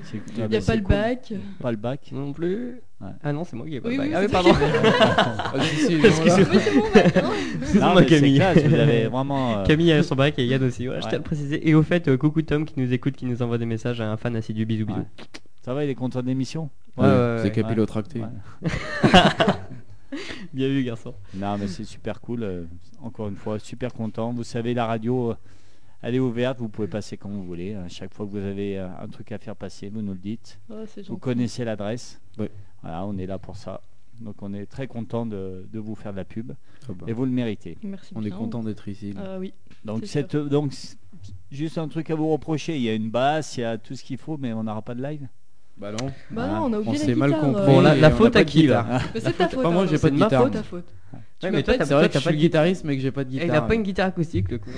Speaker 1: c'est-
Speaker 2: Il n'y a
Speaker 1: c'est
Speaker 2: pas le
Speaker 1: cool.
Speaker 2: bac.
Speaker 1: Pas le bac.
Speaker 4: Non plus.
Speaker 1: Ouais.
Speaker 4: Ah non, c'est moi qui ai pas
Speaker 2: Oui,
Speaker 4: de
Speaker 2: oui,
Speaker 4: bague. Ah
Speaker 2: c'est
Speaker 4: oui, pardon.
Speaker 3: Ah, si, si, voilà.
Speaker 2: Mais c'est bon, bac, non
Speaker 1: Non,
Speaker 4: moi,
Speaker 1: mais c'est
Speaker 4: Camille.
Speaker 1: classe, vous avez vraiment. euh,
Speaker 4: Camille a son bac et Yann aussi. Voilà, je
Speaker 1: Ouais.
Speaker 4: tiens à le préciser. Et au fait, euh, coucou Tom qui nous écoute, qui nous envoie des messages à un fan assis du bisou bisou.
Speaker 1: Ouais. ça va, il est content de l'émission
Speaker 4: Ouais, ouais, ouais,
Speaker 3: c'est
Speaker 4: ouais.
Speaker 3: capillotracté.
Speaker 1: Ouais.
Speaker 4: Bien vu, garçon.
Speaker 1: Non, mais c'est super cool. euh, encore une fois, super content. Vous savez, la radio, euh, elle est ouverte. Vous pouvez passer quand vous voulez. À chaque fois que vous avez euh, un truc à faire passer, vous nous le dites.
Speaker 2: Ah, C'est
Speaker 1: Vous
Speaker 2: gentil.
Speaker 1: connaissez l'adresse.
Speaker 3: Oui.
Speaker 1: Voilà, on est là pour ça. Donc, on est très content de, de vous faire de la pub.
Speaker 3: Ah bah,
Speaker 1: Et vous le méritez.
Speaker 2: Merci
Speaker 3: On est
Speaker 2: bien.
Speaker 3: content d'être ici. donc.
Speaker 2: Ah oui.
Speaker 1: Donc,
Speaker 2: C'est
Speaker 1: cette, donc c- juste un truc à vous reprocher. Il y a une basse, il y a tout ce qu'il faut, mais on n'aura pas de live.
Speaker 3: Bah non.
Speaker 2: Bah
Speaker 1: Ah,
Speaker 2: non, on a oublié
Speaker 3: on
Speaker 2: la
Speaker 3: s'est mal
Speaker 2: guitare,
Speaker 3: compris.
Speaker 2: euh,
Speaker 4: Bon, la,
Speaker 3: et
Speaker 4: la
Speaker 3: on a
Speaker 4: faute
Speaker 3: pas
Speaker 4: à
Speaker 3: de
Speaker 4: qui là
Speaker 3: guitare.
Speaker 2: Mais c'est de ta faute.
Speaker 3: Enfin, moi,
Speaker 2: hein,
Speaker 3: j'ai
Speaker 2: c'est
Speaker 3: pas de
Speaker 2: ma
Speaker 3: guitare,
Speaker 2: faute,
Speaker 3: moi.
Speaker 2: ta faute.
Speaker 4: Ouais,
Speaker 2: Tu
Speaker 4: mais
Speaker 2: m'as
Speaker 4: toi,
Speaker 2: pas
Speaker 4: t'as-
Speaker 3: C'est
Speaker 4: toi,
Speaker 3: vrai que
Speaker 4: t'as
Speaker 3: je
Speaker 4: pas
Speaker 3: suis
Speaker 4: de
Speaker 3: guitariste mais que j'ai pas de
Speaker 4: Eh,
Speaker 3: guitare.
Speaker 4: Il a pas une guitare acoustique, le coup.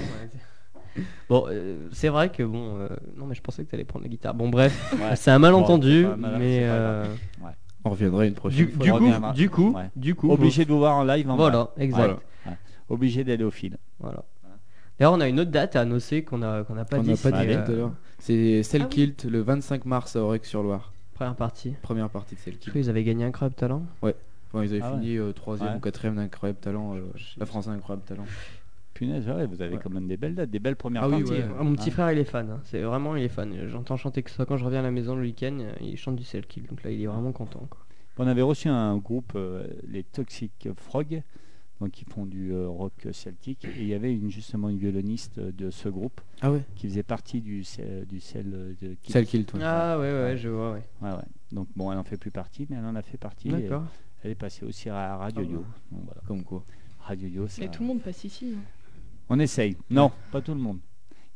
Speaker 4: Bon, euh, c'est vrai que bon. euh, non, mais je pensais que t'allais prendre la guitare. Bon, bref,
Speaker 1: Ouais.
Speaker 4: Ah, c'est un malentendu,
Speaker 1: Bon, c'est pas mal,
Speaker 4: mais
Speaker 1: c'est pas grave.
Speaker 4: euh,
Speaker 3: On reviendra une
Speaker 4: du,
Speaker 3: prochaine
Speaker 4: du
Speaker 3: fois.
Speaker 1: faudra
Speaker 4: coup,
Speaker 1: bien avoir-
Speaker 4: du coup,
Speaker 1: hein. Ouais.
Speaker 4: du coup,
Speaker 1: Obligé de vous voir en live. en bas.
Speaker 4: Voilà, exact.
Speaker 3: Voilà.
Speaker 1: Obligé d'aller au fil.
Speaker 4: Voilà. D'ailleurs, on a une autre date à annoncer qu'on a qu'on n'a pas
Speaker 3: On
Speaker 4: dit.
Speaker 3: n'a pas
Speaker 4: c'est,
Speaker 3: dit
Speaker 4: euh,
Speaker 3: tout à l'heure. C'est
Speaker 2: Ah
Speaker 3: Cell
Speaker 2: oui.
Speaker 3: Kilt le 25 mars à Aurec-sur-Loire.
Speaker 4: Première partie.
Speaker 3: Première partie de Cell
Speaker 4: Je
Speaker 3: Kilt.
Speaker 4: crois qu'ils avaient gagné un club talent.
Speaker 3: Enfin, ils avaient
Speaker 1: Ah ouais.
Speaker 3: fini euh, troisième
Speaker 1: Ouais.
Speaker 3: ou quatrième d'incroyable talent. euh, la France a un incroyable talent.
Speaker 1: Punaise, ouais, vous avez
Speaker 3: Ouais.
Speaker 1: quand même des belles dates, des belles premières
Speaker 3: Ah oui,
Speaker 1: parties.
Speaker 3: ouais.
Speaker 4: Ah, mon petit
Speaker 1: Ah.
Speaker 4: frère, il est fan. hein. C'est vraiment, il est fan. J'entends chanter que ça quand je reviens à la maison le week-end. euh, Il chante du self-kill. Donc là, il est vraiment content. quoi.
Speaker 1: On avait reçu un groupe, euh, les Toxic Frog, donc qui font du euh, rock celtique. Et il y avait une- justement une violoniste euh, de ce groupe
Speaker 3: Ah ouais.
Speaker 1: qui faisait partie du, cel- du cel euh, de Kilt.
Speaker 3: Cell Kilt. ouais.
Speaker 4: Ah ouais, ouais, ouais, je vois. Ouais.
Speaker 1: Ouais, ouais. Donc bon, elle en fait plus partie, mais elle en a fait partie. et
Speaker 4: D'accord.
Speaker 1: elle est passée aussi à Radio
Speaker 3: Ah
Speaker 1: Yo.
Speaker 3: ouais.
Speaker 1: Donc, voilà.
Speaker 3: Comme quoi.
Speaker 1: Radio Yo, ça-
Speaker 2: Mais tout le monde passe ici. hein.
Speaker 1: On essaye. Non, pas tout le monde.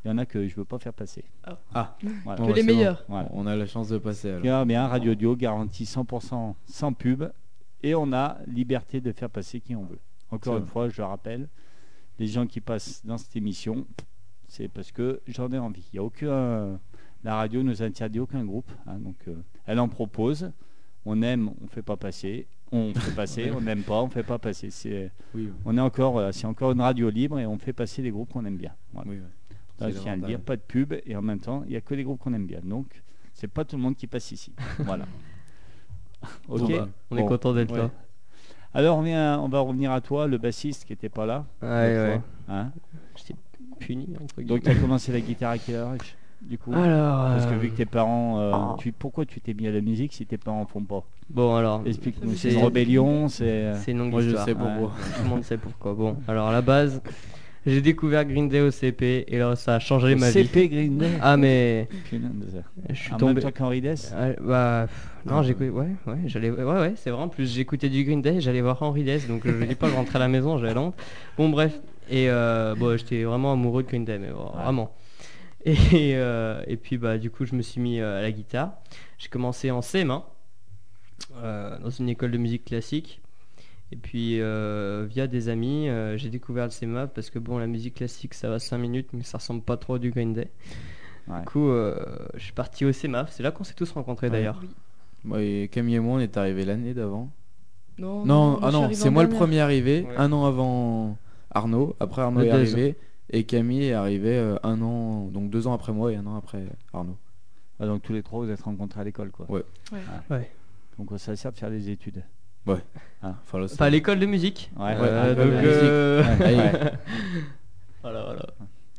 Speaker 1: Il y en a que je veux pas faire passer.
Speaker 2: Oh.
Speaker 3: Ah.
Speaker 1: Voilà.
Speaker 3: Bon,
Speaker 2: Que
Speaker 3: bah,
Speaker 2: les
Speaker 3: c'est bon.
Speaker 2: meilleurs.
Speaker 1: Voilà.
Speaker 3: On a la chance de passer alors.
Speaker 1: Bien, bien, Radio Dio garantit 100% sans pub et on a liberté de faire passer qui on veut. Encore
Speaker 3: C'est
Speaker 1: une
Speaker 3: vrai.
Speaker 1: fois, je le rappelle, les gens qui passent dans cette émission, c'est parce que j'en ai envie. Il y a aucun, la radio nous interdit aucun groupe, hein, donc euh, elle en propose. On aime, on fait pas passer. On fait passer, on n'aime pas, on fait pas passer. C'est,
Speaker 3: Oui.
Speaker 1: on est encore, euh, c'est encore une radio libre et on fait passer les groupes qu'on aime bien. Voilà.
Speaker 3: oui, ouais.
Speaker 1: Là,
Speaker 3: C'est
Speaker 1: Ah, je tiens à le
Speaker 3: l'avantage.
Speaker 1: dire, pas de pub et en même temps, il n'y a que les groupes qu'on aime bien. Donc, c'est pas tout le monde qui passe ici. voilà. Ok.
Speaker 3: Bon, bah,
Speaker 4: On est
Speaker 1: Bon,
Speaker 4: content d'être
Speaker 1: ouais.
Speaker 4: là.
Speaker 1: Alors, on, vient- on va revenir à toi, le bassiste qui n'était pas là.
Speaker 4: Ouais, ouais.
Speaker 1: Hein
Speaker 4: Puni entre guillemets.
Speaker 1: Donc, tu as commencé la guitare à quel âge Du coup
Speaker 4: alors.
Speaker 1: Parce que
Speaker 4: euh,
Speaker 1: vu que tes parents. euh,
Speaker 4: Ah.
Speaker 1: tu- pourquoi tu t'es mis à la musique si tes parents font pas
Speaker 4: euh, Bon alors.
Speaker 1: Explique-nous.
Speaker 4: C'est-
Speaker 1: C'est une rébellion, c'est. euh,
Speaker 4: C'est une longue
Speaker 3: Euh, Moi je
Speaker 4: histoire.
Speaker 3: sais
Speaker 1: Ouais.
Speaker 3: pourquoi.
Speaker 4: Tout le monde sait pourquoi. Bon, alors à la base, j'ai découvert Green Day au CP et là, ça a changé ma vie.
Speaker 1: CP Green Day.
Speaker 4: Ah mais
Speaker 1: Punaise de ça.
Speaker 4: je suis
Speaker 1: En même
Speaker 4: tombé.
Speaker 1: temps qu'Henri Dess
Speaker 4: Ah, bah, pff, non,
Speaker 3: Ah,
Speaker 4: j'écoutais. Ouais, ouais, j'allais. Ouais, ouais, c'est vrai. En plus, j'écoutais du Green Day, j'allais voir Henry Dess, donc je dis pas, je rentrais à la maison, j'allais la honte. Bon, bref. Et euh, bon, j'étais vraiment amoureux de Green Day, mais bon,
Speaker 1: Ouais.
Speaker 4: vraiment. Et, euh, et puis, bah, du coup, je me suis mis euh, à la guitare. J'ai commencé en CM1 euh, dans une école de musique classique. Et puis, euh, via des amis, euh, j'ai découvert le CMA parce que bon, la musique classique, ça va 5 minutes, mais ça ressemble pas trop à du Green Day.
Speaker 1: Ouais.
Speaker 4: Du coup, euh, je suis parti au CMAF. C'est là qu'on s'est tous
Speaker 1: Bah,
Speaker 4: rencontrés d'ailleurs.
Speaker 2: Oui.
Speaker 3: Moi et Camille et moi on est arrivés l'année d'avant.
Speaker 2: Non,
Speaker 3: Non,
Speaker 2: Oh, je
Speaker 3: ah
Speaker 2: suis
Speaker 3: non,
Speaker 2: arrivée
Speaker 3: c'est
Speaker 2: en
Speaker 3: moi le
Speaker 2: dernière.
Speaker 3: premier arrivé,
Speaker 4: Ouais.
Speaker 3: un an avant Arnaud, après Arnaud
Speaker 4: Le
Speaker 3: est
Speaker 4: deux.
Speaker 3: arrivé, et Camille est arrivée euh, un an, donc deux ans après moi et un an après Arnaud.
Speaker 1: Ah, Donc, tous les trois, vous êtes rencontrés à l'école, quoi.
Speaker 3: Ouais.
Speaker 2: Ouais.
Speaker 4: Ouais.
Speaker 1: Donc ça sert de faire des études.
Speaker 3: Enfin, là, c'est-
Speaker 4: Enfin, l'école de musique.
Speaker 1: Ouais,
Speaker 4: Euh,
Speaker 3: l'école de
Speaker 4: donc,
Speaker 3: musique.
Speaker 4: euh,
Speaker 1: Ouais, ouais.
Speaker 4: voilà, voilà.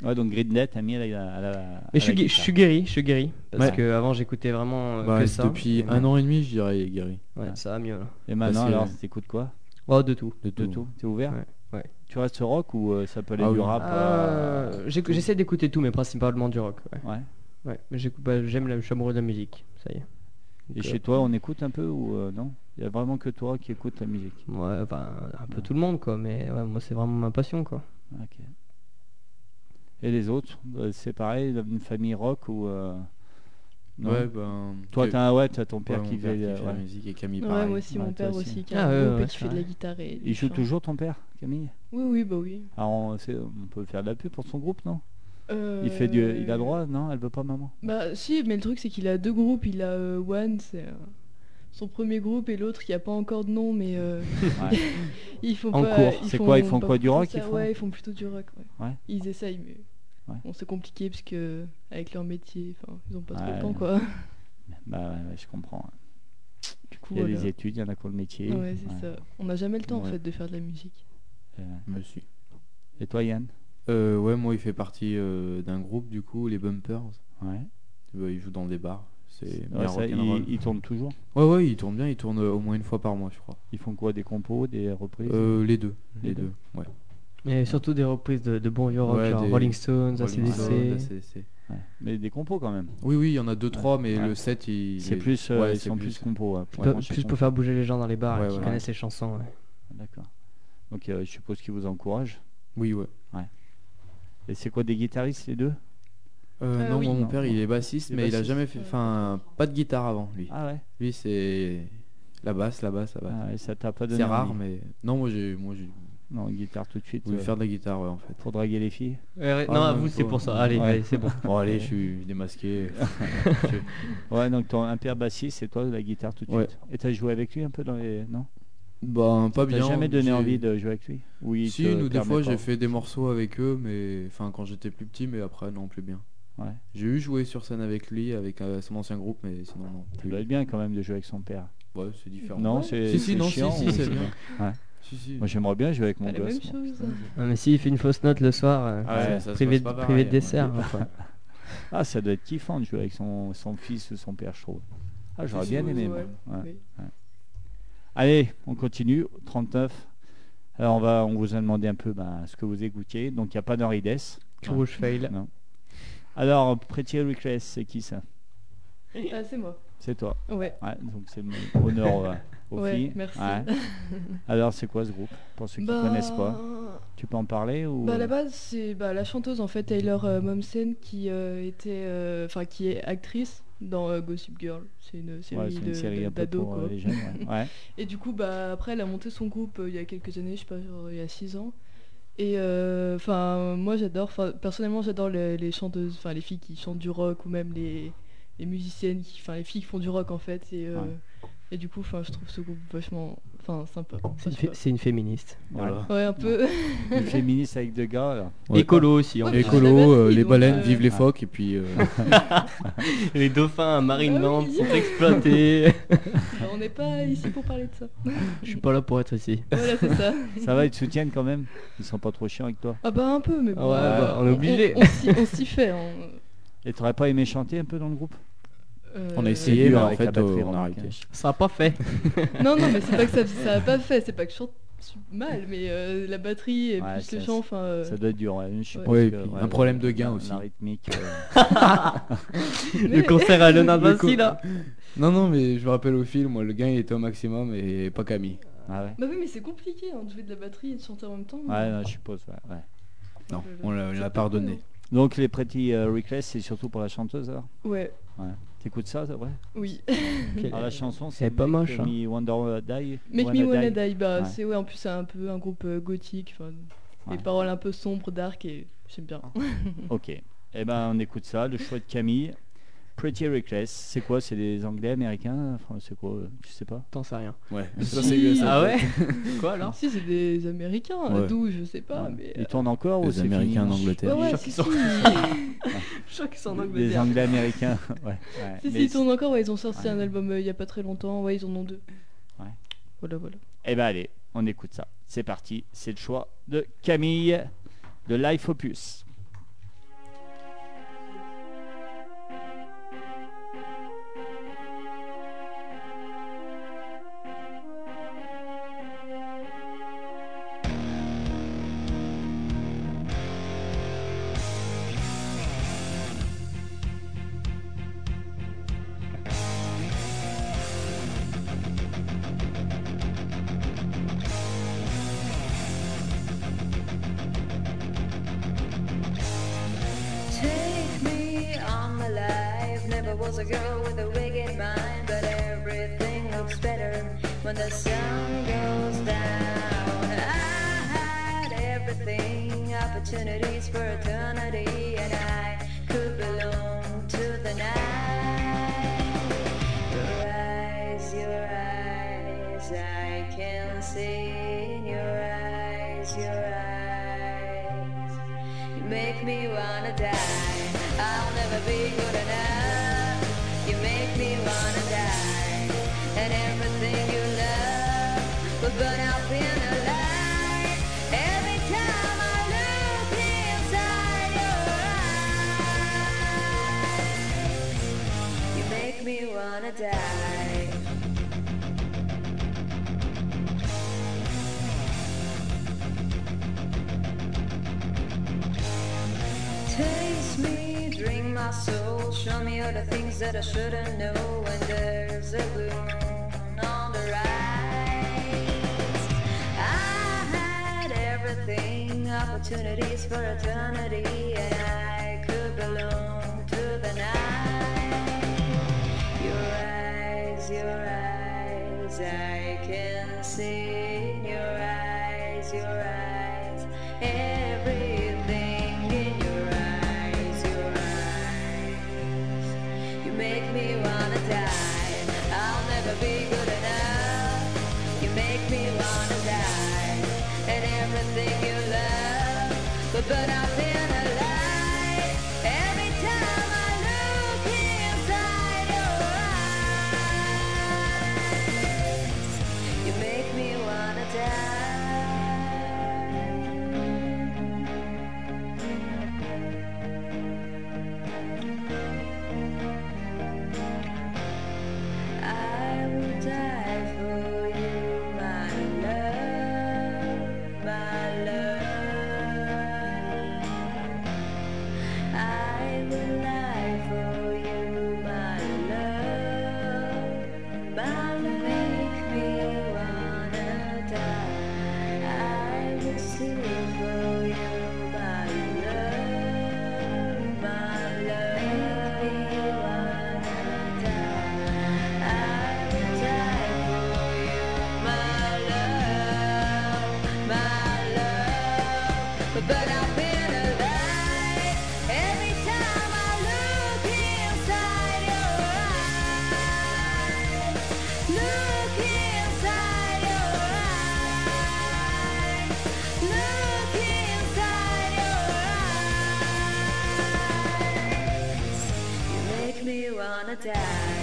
Speaker 1: Ouais, donc Gridnet a mis à la. à la- à la
Speaker 4: Mais je suis, gu- je
Speaker 1: guitare.
Speaker 4: suis guéri, je suis guéri. Parce
Speaker 3: Ouais.
Speaker 4: que avant j'écoutais vraiment euh,
Speaker 3: Bah,
Speaker 4: que ça.
Speaker 3: depuis un an et demi, je dirais, il est guéri.
Speaker 4: Ouais, ça va mieux là.
Speaker 1: Et maintenant,
Speaker 3: Parce que-
Speaker 1: alors, t'écoutes quoi
Speaker 4: Oh, de tout.
Speaker 3: De
Speaker 1: De tout T'es ouvert
Speaker 4: Ouais, ouais.
Speaker 1: Tu restes rock ou euh, ça peut aller
Speaker 3: Ah
Speaker 1: du
Speaker 3: oui.
Speaker 1: rap euh,
Speaker 4: Euh, j'éc- J'essaie d'écouter tout, mais principalement du rock. Ouais.
Speaker 1: Ouais.
Speaker 4: Ouais, mais j'écoute- bah, j'aime la, je suis amoureux de la musique. Ça y est.
Speaker 1: Et
Speaker 4: Donc,
Speaker 1: chez toi, on écoute un peu ou euh, non Il y a vraiment que toi qui écoutes la musique.
Speaker 4: euh, ouais, enfin, un peu tout le monde quoi. Mais ouais, moi, c'est vraiment ma passion quoi.
Speaker 1: Ok. Et les autres Euh, C'est pareil, une famille rock ou. euh, non
Speaker 3: Ouais, ben.
Speaker 1: Toi, t'as ouais, t'as ton père
Speaker 3: Ouais, mon
Speaker 1: qui fait. euh,
Speaker 3: la
Speaker 1: ouais.
Speaker 3: musique et Camille,
Speaker 2: Ouais,
Speaker 3: pareil.
Speaker 2: moi aussi,
Speaker 1: Ouais,
Speaker 2: mon
Speaker 1: toi
Speaker 2: père
Speaker 1: aussi.
Speaker 2: aussi. qui
Speaker 4: Ah,
Speaker 2: a
Speaker 4: ouais,
Speaker 2: un
Speaker 4: ouais,
Speaker 2: petit
Speaker 4: c'est
Speaker 2: fait de
Speaker 4: vrai.
Speaker 2: la guitare et du
Speaker 1: Il joue
Speaker 2: chant.
Speaker 1: toujours ton père, Camille
Speaker 2: Oui, oui, bah oui.
Speaker 1: Alors, on, sait- on peut faire de la pub pour son groupe, non
Speaker 2: Euh,
Speaker 1: Il fait du, il a droit, non Elle veut pas maman.
Speaker 2: Bah si, mais le truc c'est qu'il a deux groupes. Il a euh, One, c'est euh, son premier groupe, et l'autre, il n'y a pas encore de nom, mais euh,
Speaker 1: Ouais.
Speaker 2: ils font
Speaker 1: En
Speaker 2: pas-
Speaker 1: cours, c'est quoi, ils font
Speaker 2: pas
Speaker 1: quoi, du
Speaker 2: plutôt
Speaker 1: rock,
Speaker 2: ça,
Speaker 1: ils font
Speaker 2: Ouais, ils font plutôt du rock. Ouais.
Speaker 1: Ouais.
Speaker 2: Ils essayent, mais
Speaker 1: Ouais.
Speaker 2: bon, c'est compliqué parce que avec leur métier, enfin, ils ont pas trop
Speaker 1: Ouais.
Speaker 2: le temps quoi.
Speaker 1: Bah ouais, ouais, je comprends.
Speaker 2: Du coup,
Speaker 1: Il y a
Speaker 2: voilà.
Speaker 1: des études, il y en a qui ont le métier.
Speaker 2: Ouais, c'est
Speaker 1: Ouais.
Speaker 2: ça. On n'a jamais le temps
Speaker 3: Ouais.
Speaker 2: en fait de faire de la musique.
Speaker 1: Euh,
Speaker 3: Mais si.
Speaker 1: Et toi, Yann
Speaker 3: Euh, ouais, moi, il fait partie euh, d'un groupe, du coup, les Bumpers.
Speaker 1: Ouais.
Speaker 3: Euh, il joue dans des bars. C'est
Speaker 1: Ouais,
Speaker 3: bien
Speaker 1: ça,
Speaker 3: rock'n'roll.
Speaker 1: ils, ils tournent toujours.
Speaker 3: Ouais, ouais, il tourne bien. Il tourne euh, au moins une fois par mois, je crois.
Speaker 1: Ils font quoi Des compos, des reprises
Speaker 3: Euh, les deux.
Speaker 1: Les
Speaker 3: Les
Speaker 1: deux.
Speaker 3: deux. Ouais.
Speaker 4: Mais surtout des reprises de, de bon vieux rock,
Speaker 3: Ouais,
Speaker 4: genre
Speaker 3: des-
Speaker 4: Rolling Stones,
Speaker 3: Rolling euh,
Speaker 4: ACDC.
Speaker 3: Stones, AC/DC.
Speaker 1: Ouais. Mais des compos quand même.
Speaker 3: Oui, oui, il y en a deux, trois, mais
Speaker 1: Ouais.
Speaker 3: le 7, il.
Speaker 1: C'est
Speaker 3: il est-
Speaker 1: plus, euh,
Speaker 3: ouais,
Speaker 1: ils
Speaker 3: c'est
Speaker 1: sont plus,
Speaker 3: plus-
Speaker 1: compos. ouais, pour
Speaker 4: Pe-
Speaker 1: moi, c'est
Speaker 4: plus
Speaker 1: compo.
Speaker 4: pour faire bouger les gens dans les bars
Speaker 3: Ouais,
Speaker 4: qui
Speaker 3: ouais.
Speaker 4: connaissent les chansons. ouais.
Speaker 1: D'accord. Donc euh, je suppose qu'ils vous encouragent.
Speaker 3: Oui, ouais.
Speaker 1: Et c'est quoi des guitaristes les deux
Speaker 3: Euh,
Speaker 2: Euh,
Speaker 3: non,
Speaker 2: oui.
Speaker 3: moi, mon
Speaker 1: Non.
Speaker 3: père, il est bassiste,
Speaker 1: Il est
Speaker 3: mais il a
Speaker 1: bassiste.
Speaker 3: jamais fait. Enfin, pas de guitare avant, lui.
Speaker 1: Ah ouais.
Speaker 3: Lui, c'est. La basse, la basse, la basse.
Speaker 1: Ah ouais, ça t'a pas donné.
Speaker 3: C'est rare,
Speaker 1: envie.
Speaker 3: mais. Non, moi, j'ai moi, j'ai
Speaker 1: Non, guitare tout de suite.
Speaker 3: voulu
Speaker 1: euh,
Speaker 3: faire de la guitare, ouais, en fait.
Speaker 1: Pour draguer les filles.
Speaker 3: Ah,
Speaker 4: non, à
Speaker 3: non,
Speaker 4: vous, c'est
Speaker 3: faut-
Speaker 4: pour ça. Allez,
Speaker 1: Ouais.
Speaker 4: allez, c'est bon.
Speaker 3: Bon, allez, je suis démasqué.
Speaker 1: Ouais, donc ton un père bassiste, c'est toi la guitare tout de
Speaker 3: Ouais.
Speaker 1: suite. Et t'as joué avec lui un peu dans les. Non
Speaker 3: ben, pas
Speaker 1: T'as
Speaker 3: bien.
Speaker 1: jamais donné
Speaker 3: j'ai-
Speaker 1: envie de jouer avec lui Oui,
Speaker 3: Si, une ou deux fois, j'ai fait des morceaux avec eux, mais. Enfin, quand j'étais plus petit, mais après, non, plus bien.
Speaker 1: Ouais.
Speaker 3: J'ai eu joué sur scène avec lui, avec euh, son ancien groupe, mais sinon, non.
Speaker 1: Tu
Speaker 3: Plus.
Speaker 1: dois être bien quand même de jouer avec son père.
Speaker 3: Ouais, c'est différent.
Speaker 1: Non, c'est.
Speaker 3: Si, si,
Speaker 1: c'est
Speaker 3: non,
Speaker 1: chiant,
Speaker 3: si,
Speaker 1: ou
Speaker 3: si, c'est bien.
Speaker 1: Ouais.
Speaker 3: Si, si.
Speaker 1: Moi j'aimerais bien jouer avec mon
Speaker 2: Pas Bah, la même
Speaker 1: gosse. moi.
Speaker 2: chose.
Speaker 4: Ah, mais s'il fait une fausse note le soir, euh,
Speaker 1: Ah ouais,
Speaker 4: c'est
Speaker 3: ça se
Speaker 4: privé,
Speaker 3: passe pas
Speaker 4: de-
Speaker 3: pareil,
Speaker 4: privé de
Speaker 3: moi.
Speaker 4: dessert. hein, quoi.
Speaker 1: Ah, ça doit être kiffant de jouer avec son, son fils ou son père, je trouve. Ah, j'aurais
Speaker 3: Si,
Speaker 1: bien
Speaker 3: si,
Speaker 1: aimé.
Speaker 2: ouais.
Speaker 1: moi. Ouais.
Speaker 2: Oui.
Speaker 1: Allez, on continue. 39. Alors on, va, on vous a demandé un peu ben, ce que vous écoutiez. Donc il n'y a pas d'Henri Dess.
Speaker 4: Tout rouge fail.
Speaker 1: Non. Alors, Pretty Reckless, c'est qui ça
Speaker 2: Ah, c'est moi.
Speaker 1: C'est toi.
Speaker 2: Ouais.
Speaker 1: Ouais, donc c'est mon honneur euh, aux
Speaker 2: Ouais,
Speaker 1: filles.
Speaker 2: merci.
Speaker 1: Ouais. Alors c'est quoi ce groupe Pour ceux qui ne
Speaker 2: Bah,
Speaker 1: connaissent pas, tu peux en parler ou
Speaker 2: Bah, à la base, c'est bah, la chanteuse en fait, Taylor euh, Momsen, qui euh, était, euh, enfin, qui est actrice dans euh, Gossip Girl. C'est une série,
Speaker 1: Ouais, c'est
Speaker 2: de-
Speaker 1: une série
Speaker 2: de-
Speaker 1: un peu
Speaker 2: d'ados,
Speaker 1: pour euh,
Speaker 2: quoi.
Speaker 1: les jeunes. ouais. Ouais.
Speaker 2: Et du coup, bah, après, elle a monté son groupe euh, il y a quelques années, je sais pas, genre, il y a 6 ans. Et euh, enfin, moi j'adore, enfin, personnellement j'adore les, les chanteuses, enfin les filles qui chantent du rock ou même les, les musiciennes, qui, enfin les filles qui font du rock en fait. Et, euh,
Speaker 1: Ouais.
Speaker 2: et du coup, enfin, je trouve ce groupe vachement, enfin sympa.
Speaker 4: C'est
Speaker 2: Enfin,
Speaker 4: une,
Speaker 2: je sais
Speaker 4: fé- c'est une féministe.
Speaker 1: Voilà.
Speaker 2: pas. Ouais, un peu.
Speaker 1: Une féministe avec deux gars. alors.
Speaker 3: Ouais.
Speaker 4: Écolo aussi. En
Speaker 2: Ouais,
Speaker 4: fait.
Speaker 2: Éco-
Speaker 3: Écolo,
Speaker 2: Écolo,
Speaker 3: euh, les
Speaker 2: donc,
Speaker 3: baleines,
Speaker 2: euh,
Speaker 3: vive les phoques, et puis. euh,
Speaker 4: Les dauphins à Marineland
Speaker 2: Ah oui.
Speaker 4: sont exploités.
Speaker 2: Bah, on n'est pas ici pour parler de ça.
Speaker 4: Je suis pas là pour être ici.
Speaker 2: Voilà, c'est ça.
Speaker 1: Ça va, ils te soutiennent quand même Ils sont pas trop chiants avec toi
Speaker 2: Ah bah un peu, mais bon.
Speaker 4: Ouais, bah, on est obligé.
Speaker 2: On, on s'y- on s'y fait. hein.
Speaker 1: Et t'aurais pas aimé chanter un peu dans le groupe
Speaker 2: Euh,
Speaker 3: on a essayé,
Speaker 1: dur
Speaker 3: mais en
Speaker 1: avec la
Speaker 3: fait, euh,
Speaker 1: batterie, hein.
Speaker 3: on a
Speaker 1: remarque,
Speaker 3: arrêté.
Speaker 4: Ça a pas fait.
Speaker 2: Non, non, mais c'est pas que ça, ça a pas fait, c'est pas que je chante mal, mais euh, la batterie et
Speaker 1: Ouais,
Speaker 2: puis
Speaker 1: ça-
Speaker 2: le chant, enfin. euh,
Speaker 1: Ça doit être dur, ouais. Je suppose
Speaker 3: Ouais, et
Speaker 1: que,
Speaker 3: puis
Speaker 1: ouais,
Speaker 3: un problème de gain
Speaker 1: la-
Speaker 3: aussi.
Speaker 1: La rythmique. euh,
Speaker 4: Le
Speaker 2: mais-
Speaker 4: concert à Léonard de
Speaker 3: Le co-
Speaker 4: Vinci là.
Speaker 3: Non, non, mais je me rappelle au film, moi, le gain il était au maximum et pas Camille.
Speaker 1: ah ouais.
Speaker 2: Bah oui, mais c'est compliqué hein, de jouer de la batterie et de chanter en même temps.
Speaker 1: Ouais, non, je suppose. ouais, ouais.
Speaker 3: Non, on l'a on l'a pardonné.
Speaker 1: Donc les Pretty euh, Reckless, c'est surtout pour la chanteuse alors
Speaker 2: Ouais,
Speaker 1: T'écoutes ça, c'est vrai
Speaker 2: oui.
Speaker 1: Alors
Speaker 4: Ah,
Speaker 1: la chanson,
Speaker 4: Elle
Speaker 1: c'est
Speaker 4: est pas
Speaker 1: Make
Speaker 4: moche, hein.
Speaker 1: Me Wonder Die.
Speaker 2: Make Me Wanna Die, bah
Speaker 1: Ouais.
Speaker 2: c'est ouais, en plus c'est un peu un groupe euh, gothique, enfin,
Speaker 1: Ouais.
Speaker 2: les paroles un peu sombres, dark et j'aime bien.
Speaker 1: Ok. Eh ben, on écoute ça, le choix de Camille. Pretty Reckless. C'est quoi C'est des Anglais, Américains enfin, C'est quoi euh, Je sais pas.
Speaker 4: T'en sais rien.
Speaker 3: Ouais,
Speaker 2: Si.
Speaker 3: ça c'est USA.
Speaker 4: Ah ouais Quoi alors
Speaker 2: Si c'est des Américains,
Speaker 1: Ouais.
Speaker 2: d'où je sais pas, mais. euh,
Speaker 1: Ils tournent Hein,
Speaker 2: Oh,
Speaker 1: encore ou
Speaker 3: Les
Speaker 1: c'est
Speaker 3: Américains
Speaker 1: fini
Speaker 3: en
Speaker 2: Ouais,
Speaker 3: Angleterre.
Speaker 2: ouais,
Speaker 4: Choc
Speaker 2: si, si.
Speaker 4: sur- Choc en
Speaker 1: Les
Speaker 4: Angleterre.
Speaker 1: Anglais américains, ouais. ouais.
Speaker 2: Si, si,
Speaker 1: Mais
Speaker 2: ils tournent encore, ouais, ils ont sorti
Speaker 1: Ouais.
Speaker 2: un album euh, il y a pas très longtemps, ouais, ils en ont deux.
Speaker 1: Ouais.
Speaker 2: Voilà, voilà.
Speaker 1: Eh ben allez, on écoute ça. C'est parti, c'est le choix de Camille de Life Opus.
Speaker 5: Take me, I'm alive. Never was a girl with a wicked mind, but everything looks better when the sun goes down. I had everything, opportunities for eternity, and I could belong to the night. Your eyes, your eyes, I can see in your eyes, your eyes. You make me wanna die. I'll never be good enough. You make me wanna die. And everything you love will burn up in a light. Every time I look inside your eyes, you make me wanna die. Taste me, drink my soul, show me all the things that I shouldn't know when there's a moon on the rise. I had everything, opportunities for eternity, and I could belong to the night. Your eyes, your eyes, I can see in your eyes, your eyes, everything in your eyes, your eyes. You make me wanna die. I'll never be good enough. You make me wanna die, and everything you love will burn up in a light. Every time I look inside your eyes, you make me wanna die. I will die for you, my love, my love. I will die for you, my love, my love. Make me wanna die. I will sing for you, my love, my love. Make me wanna die. I will die for you, my love, my love. But I've been alive. Every time I look inside your eyes, look inside your eyes, look inside your eyes, you make me wanna die.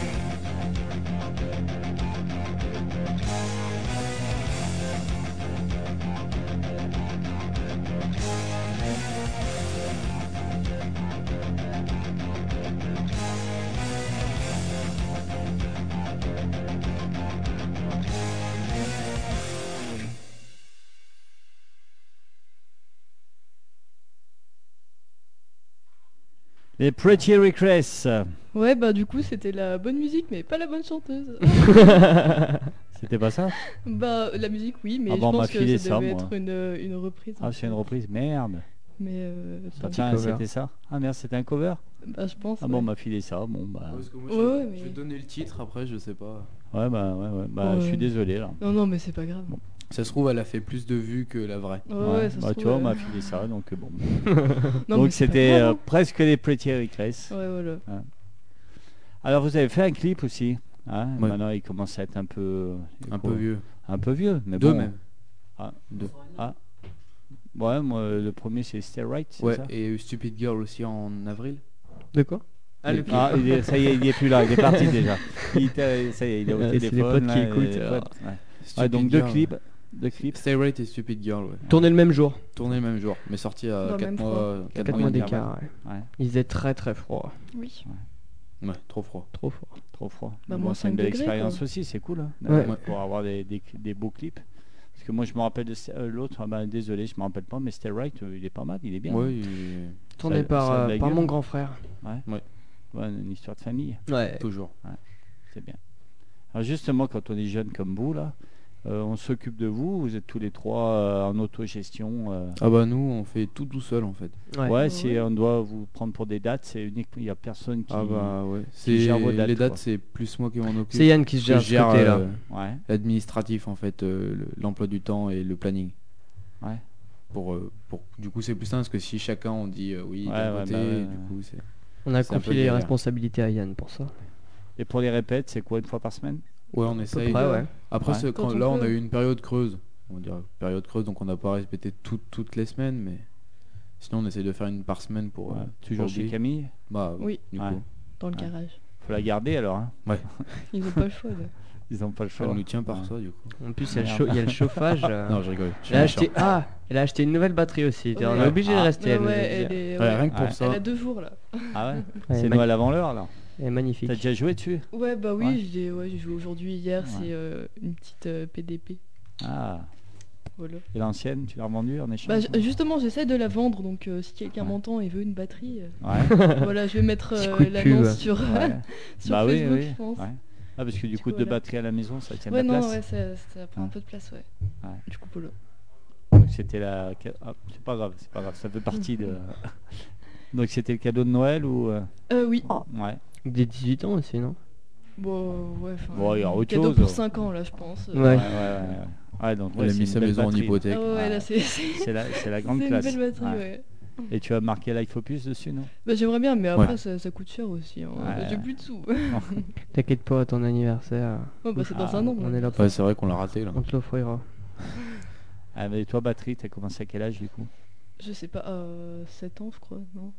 Speaker 1: Les Pretty Reckless,
Speaker 2: Ouais, bah du coup, c'était la bonne musique, mais pas la bonne chanteuse.
Speaker 1: c'était pas ça
Speaker 2: bah, la musique, oui, mais
Speaker 1: Ah bon, on
Speaker 2: je
Speaker 1: m'a
Speaker 2: pense que
Speaker 1: filé
Speaker 2: ça
Speaker 1: ça,
Speaker 2: devait
Speaker 1: moi.
Speaker 2: être une, euh, une reprise.
Speaker 1: Ah, c'est une reprise, merde.
Speaker 2: Mais euh,
Speaker 1: Ah,
Speaker 2: attends.
Speaker 4: Petit
Speaker 1: tiens,
Speaker 4: cover.
Speaker 1: c'était ça Ah merde, c'était un cover
Speaker 2: bah, je pense.
Speaker 1: Ah bon, on
Speaker 2: ouais.
Speaker 1: m'a filé ça. Bon, bah,
Speaker 3: Parce que moi,
Speaker 2: Ouais,
Speaker 3: je,
Speaker 2: ouais,
Speaker 3: je
Speaker 2: mais-
Speaker 3: vais donner le titre après, je sais pas.
Speaker 1: ouais, bah, ouais, ouais, bah, je suis
Speaker 2: Ouais.
Speaker 1: désolé là.
Speaker 2: Non, non, mais c'est pas grave.
Speaker 3: Ça se trouve, elle a fait plus de vues que la vraie.
Speaker 2: Ouais,
Speaker 1: Ouais,
Speaker 2: ouais, ça se
Speaker 1: bah, tu
Speaker 2: trouve,
Speaker 1: vois, on m'a
Speaker 2: euh,
Speaker 1: filé ça, donc euh, bon.
Speaker 2: non, mais
Speaker 1: donc
Speaker 2: c'est pas
Speaker 1: c'était
Speaker 2: grave,
Speaker 1: euh, presque les Pretty Reckless.
Speaker 2: hein. Ouais, voilà.
Speaker 1: Alors, vous avez fait un clip aussi. hein
Speaker 3: Ouais.
Speaker 1: Maintenant, il commence à être un peu. euh,
Speaker 3: Un peu vieux.
Speaker 1: Un peu vieux, mais
Speaker 3: Deux
Speaker 1: bon.
Speaker 3: même.
Speaker 1: Ah.
Speaker 3: Deux.
Speaker 1: Ouais, moi, le premier, c'est Steroid, c'est
Speaker 3: Ouais,
Speaker 1: ça
Speaker 3: et eu Stupid Girl aussi en avril.
Speaker 4: De quoi Ah, le
Speaker 1: Il- ah, il est- ça y est, il est plus là, il est parti déjà. Il était- ça y est, il est au
Speaker 4: Ouais, c'est les
Speaker 1: téléphone.
Speaker 4: potes
Speaker 1: là,
Speaker 4: qui
Speaker 1: et-
Speaker 4: écoutent,
Speaker 1: ouais,
Speaker 4: alors.
Speaker 1: ouais. Ouais,
Speaker 3: Stupid
Speaker 1: Ah, donc deux
Speaker 3: Girl.
Speaker 1: clips, deux clips.
Speaker 3: Stay Right et Stupid Girl, ouais.
Speaker 4: Tourné le même jour.
Speaker 3: Tourné le même jour, mais sorti
Speaker 2: Dans
Speaker 3: à
Speaker 2: le
Speaker 3: 4
Speaker 2: même
Speaker 3: mois, quatre
Speaker 4: 4 mois
Speaker 3: et demi.
Speaker 4: d'écart. ouais.
Speaker 1: Ouais,
Speaker 4: Il faisait très très froid.
Speaker 2: Oui.
Speaker 3: Ah Ouais, trop froid.
Speaker 4: Trop fort.
Speaker 1: trop froid.
Speaker 2: Bah,
Speaker 1: Mais
Speaker 2: moins
Speaker 1: c'est une
Speaker 2: cinq
Speaker 1: belle
Speaker 2: degrés,
Speaker 1: expérience
Speaker 2: quoi.
Speaker 1: aussi, c'est cool. hein,
Speaker 4: Ouais.
Speaker 1: d'avoir- Pour avoir des, des, des beaux clips. Parce que moi, je me rappelle de Sta- euh, l'autre, ah bah, désolé, je me rappelle pas, mais Steroid, euh, il est pas mal, il est bien.
Speaker 3: Ouais, il-
Speaker 4: Tourné
Speaker 1: Ça-
Speaker 4: par,
Speaker 1: ça a de
Speaker 4: euh,
Speaker 1: la
Speaker 4: par
Speaker 1: gueule.
Speaker 4: mon grand frère.
Speaker 1: Ouais, une histoire de famille,
Speaker 2: Eh.
Speaker 4: Ouais.
Speaker 3: toujours.
Speaker 1: c'est bien. Alors justement, quand on est jeune comme vous, là, euh, on s'occupe de vous, vous êtes tous les trois euh, en autogestion. euh,
Speaker 3: Ah bah nous, on fait tout tout seul en fait.
Speaker 4: Ouais.
Speaker 1: Ouais,
Speaker 2: Ouais.
Speaker 1: si on doit vous prendre pour des dates, c'est uniquement il n'y a personne qui.
Speaker 3: Ah bah ouais. C'est
Speaker 1: qui gère vos dates,
Speaker 3: les dates,
Speaker 1: quoi.
Speaker 3: c'est plus moi qui m'en occupe.
Speaker 4: C'est Yann qui se
Speaker 3: Je
Speaker 4: gère, ce
Speaker 3: gère
Speaker 4: côté-là.
Speaker 3: euh,
Speaker 1: Ouais.
Speaker 3: l'administratif en fait, euh, le- l'emploi du temps et le planning.
Speaker 1: Ouais.
Speaker 3: Pour, euh, pour du coup c'est plus simple parce que si chacun on dit euh, oui
Speaker 1: Ouais,
Speaker 3: d'un
Speaker 1: ouais,
Speaker 3: côté,
Speaker 1: bah ouais,
Speaker 3: du
Speaker 1: ouais.
Speaker 3: coup c'est
Speaker 4: On a
Speaker 3: c'est un peu
Speaker 4: confié les
Speaker 3: galère.
Speaker 4: responsabilités à Yann pour ça.
Speaker 1: Et pour les répètes, c'est quoi une fois par semaine
Speaker 3: ouais on essaye.
Speaker 4: Ouais, ouais.
Speaker 3: Après
Speaker 1: Ouais.
Speaker 3: c'est quand-
Speaker 2: Quand on
Speaker 3: là on
Speaker 2: peut.
Speaker 3: a eu une période creuse, on dirait période creuse donc on n'a pas respecté tout- toutes les semaines mais sinon on essaye de faire une par semaine pour euh,
Speaker 1: Ouais, Toujours
Speaker 3: pour
Speaker 1: chez
Speaker 3: chier.
Speaker 1: Camille
Speaker 3: Bah
Speaker 2: Oui.
Speaker 3: du
Speaker 1: Ouais.
Speaker 3: coup
Speaker 2: Dans le
Speaker 1: Ouais.
Speaker 2: garage.
Speaker 1: Faut la garder alors. hein.
Speaker 2: Ils ont pas le choix. là.
Speaker 1: Ils n'ont pas le choix.
Speaker 3: elle nous tient par
Speaker 1: Ouais. Ah.
Speaker 3: ça du coup.
Speaker 4: En plus, il y a le
Speaker 1: Merde.
Speaker 4: chau- il y a le chauffage. euh.
Speaker 3: Ah, Non je rigole. je suis
Speaker 4: elle a
Speaker 3: méchant.
Speaker 4: acheté... Ah, elle a acheté une nouvelle batterie aussi. On est
Speaker 2: Ouais.
Speaker 4: obligé de
Speaker 1: Ah.
Speaker 4: rester.
Speaker 2: Ouais,
Speaker 4: elle nous a
Speaker 2: ouais,
Speaker 4: dit.
Speaker 2: elle est.
Speaker 3: Ouais,
Speaker 2: ouais.
Speaker 3: rien que pour
Speaker 1: Ouais.
Speaker 3: ça.
Speaker 2: Elle a deux jours là.
Speaker 1: Ah ouais
Speaker 4: Elle est
Speaker 1: C'est
Speaker 4: mag-
Speaker 1: Noël avant l'heure là.
Speaker 4: elle est magnifique.
Speaker 1: T'as déjà joué dessus
Speaker 2: Ouais, bah oui,
Speaker 1: Ouais.
Speaker 2: j'ai ouais, j'ai joué aujourd'hui, hier,
Speaker 1: Ouais.
Speaker 2: c'est euh, une petite euh, PDP.
Speaker 1: Ah.
Speaker 2: Voilà.
Speaker 1: Et l'ancienne, tu l'as revendue en
Speaker 2: Bah,
Speaker 1: échange
Speaker 2: j- justement, j'essaie de la vendre, donc euh, si quelqu'un
Speaker 1: Ouais.
Speaker 2: m'entend et veut une batterie, euh,
Speaker 1: Ouais.
Speaker 2: voilà, je vais mettre
Speaker 4: Petit
Speaker 2: euh,
Speaker 4: coup de
Speaker 2: l'annonce
Speaker 4: pub.
Speaker 2: sur,
Speaker 1: ouais.
Speaker 2: sur
Speaker 1: bah oui,
Speaker 2: Facebook,
Speaker 1: oui.
Speaker 2: je pense.
Speaker 1: ouais. Ah parce que du
Speaker 2: Du
Speaker 1: coup,
Speaker 2: coup,
Speaker 1: deux
Speaker 2: voilà.
Speaker 1: batteries à la maison, ça tient la
Speaker 2: Ouais, non,
Speaker 1: place.
Speaker 2: ouais, ça, ça prend un
Speaker 1: Ouais.
Speaker 2: peu de place, ouais.
Speaker 1: Ouais.
Speaker 2: Du coup, Polo.
Speaker 1: Donc c'était la. Ah, c'est pas grave, c'est pas grave, ça fait partie de. Donc c'était le cadeau de Noël ou euh,
Speaker 2: Euh, oui.
Speaker 4: Ah.
Speaker 1: ouais.
Speaker 4: Des 18 ans aussi, non
Speaker 2: Bon, ouais, enfin.
Speaker 1: Bon, il y aura autre
Speaker 2: cadeau
Speaker 1: chose.
Speaker 2: pour 5 ans, là, je pense. Euh,
Speaker 4: Ouais.
Speaker 1: Ouais, ouais, ouais, ouais. Ouais, donc ouais,
Speaker 3: Elle a
Speaker 1: c'est une
Speaker 3: mis sa
Speaker 1: belle
Speaker 3: maison en
Speaker 1: batterie.
Speaker 2: Ah
Speaker 3: hypothèque.
Speaker 2: ouais,
Speaker 1: Ouais.
Speaker 2: là, c'est. c'est-
Speaker 1: C'est la, c'est la grande
Speaker 2: C'est une
Speaker 1: classe.
Speaker 2: belle batterie,
Speaker 1: Ouais.
Speaker 2: ouais.
Speaker 1: Et tu as marqué Life Opus dessus, non
Speaker 2: Bah, J'aimerais bien, mais après,
Speaker 3: Ouais.
Speaker 2: ça, ça coûte cher aussi. hein.
Speaker 1: Ouais.
Speaker 2: J'ai plus de sous.
Speaker 4: T'inquiète pas, à ton anniversaire,
Speaker 2: Oh, bah, c'est dans
Speaker 1: Ah,
Speaker 2: un an.
Speaker 4: on
Speaker 2: ouais.
Speaker 4: est là pour-
Speaker 3: Ouais, c'est vrai qu'on l'a raté là.
Speaker 4: On te l'offrira.
Speaker 1: Ah, mais toi, batterie, t'as commencé à quel âge du coup
Speaker 2: Je sais pas, euh, 7 ans, je crois, non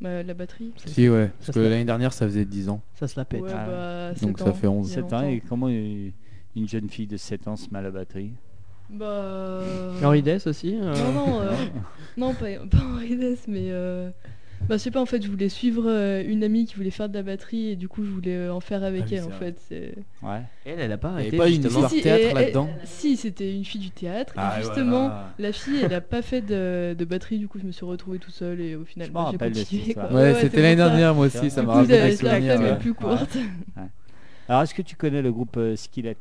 Speaker 2: Bah, La batterie
Speaker 3: Si ouais, parce
Speaker 4: Ça,
Speaker 3: que
Speaker 4: c'est-
Speaker 3: l'année dernière ça faisait 10 ans.
Speaker 4: Ça se la
Speaker 2: Ouais,
Speaker 4: pète.
Speaker 1: Ah
Speaker 2: bah,
Speaker 3: Donc
Speaker 2: sept
Speaker 3: ça
Speaker 2: ans,
Speaker 3: fait 11.
Speaker 2: il y a
Speaker 1: 7 ans,
Speaker 2: longtemps.
Speaker 1: et comment une une jeune fille de 7 ans se met à la batterie
Speaker 2: Bah.
Speaker 4: Henri Dess aussi euh,
Speaker 2: Non, non, euh, non pas, pas Henri Dess, mais. euh, Bah, je sais pas, en fait, je voulais suivre euh, une amie qui voulait faire de la batterie et du coup, je voulais euh, en faire avec
Speaker 3: Ah oui,
Speaker 2: elle,
Speaker 3: c'est
Speaker 2: en
Speaker 3: vrai.
Speaker 2: fait. c'est-
Speaker 1: Ouais.
Speaker 2: Ah,
Speaker 4: Elle, elle a pas
Speaker 3: avait
Speaker 4: arrêté.
Speaker 3: pas une
Speaker 4: justement.
Speaker 3: histoire. Voir théâtre
Speaker 2: et-
Speaker 3: là-dedans.
Speaker 2: et- Si, c'était une fille du théâtre.
Speaker 1: Ah,
Speaker 2: et Ah, justement, la fille, elle a pas fait de, de batterie, du coup, je me suis retrouvée tout seule et au final,
Speaker 1: Je
Speaker 2: bah,
Speaker 1: m'en
Speaker 2: j'ai
Speaker 1: rappelle de cette
Speaker 2: continué.
Speaker 1: histoire.
Speaker 2: quoi.
Speaker 3: Ouais,
Speaker 2: c'est
Speaker 3: c'était
Speaker 2: pour
Speaker 3: l'année
Speaker 2: ça.
Speaker 3: dernière moi aussi,
Speaker 1: Du
Speaker 3: ça
Speaker 2: Du
Speaker 3: m'a
Speaker 2: coup,
Speaker 3: rappelé
Speaker 2: la,
Speaker 3: des
Speaker 2: la
Speaker 3: souvenirs.
Speaker 2: flamme
Speaker 1: ouais.
Speaker 2: est plus courte.
Speaker 1: Alors, est-ce que tu connais le groupe euh, Skillet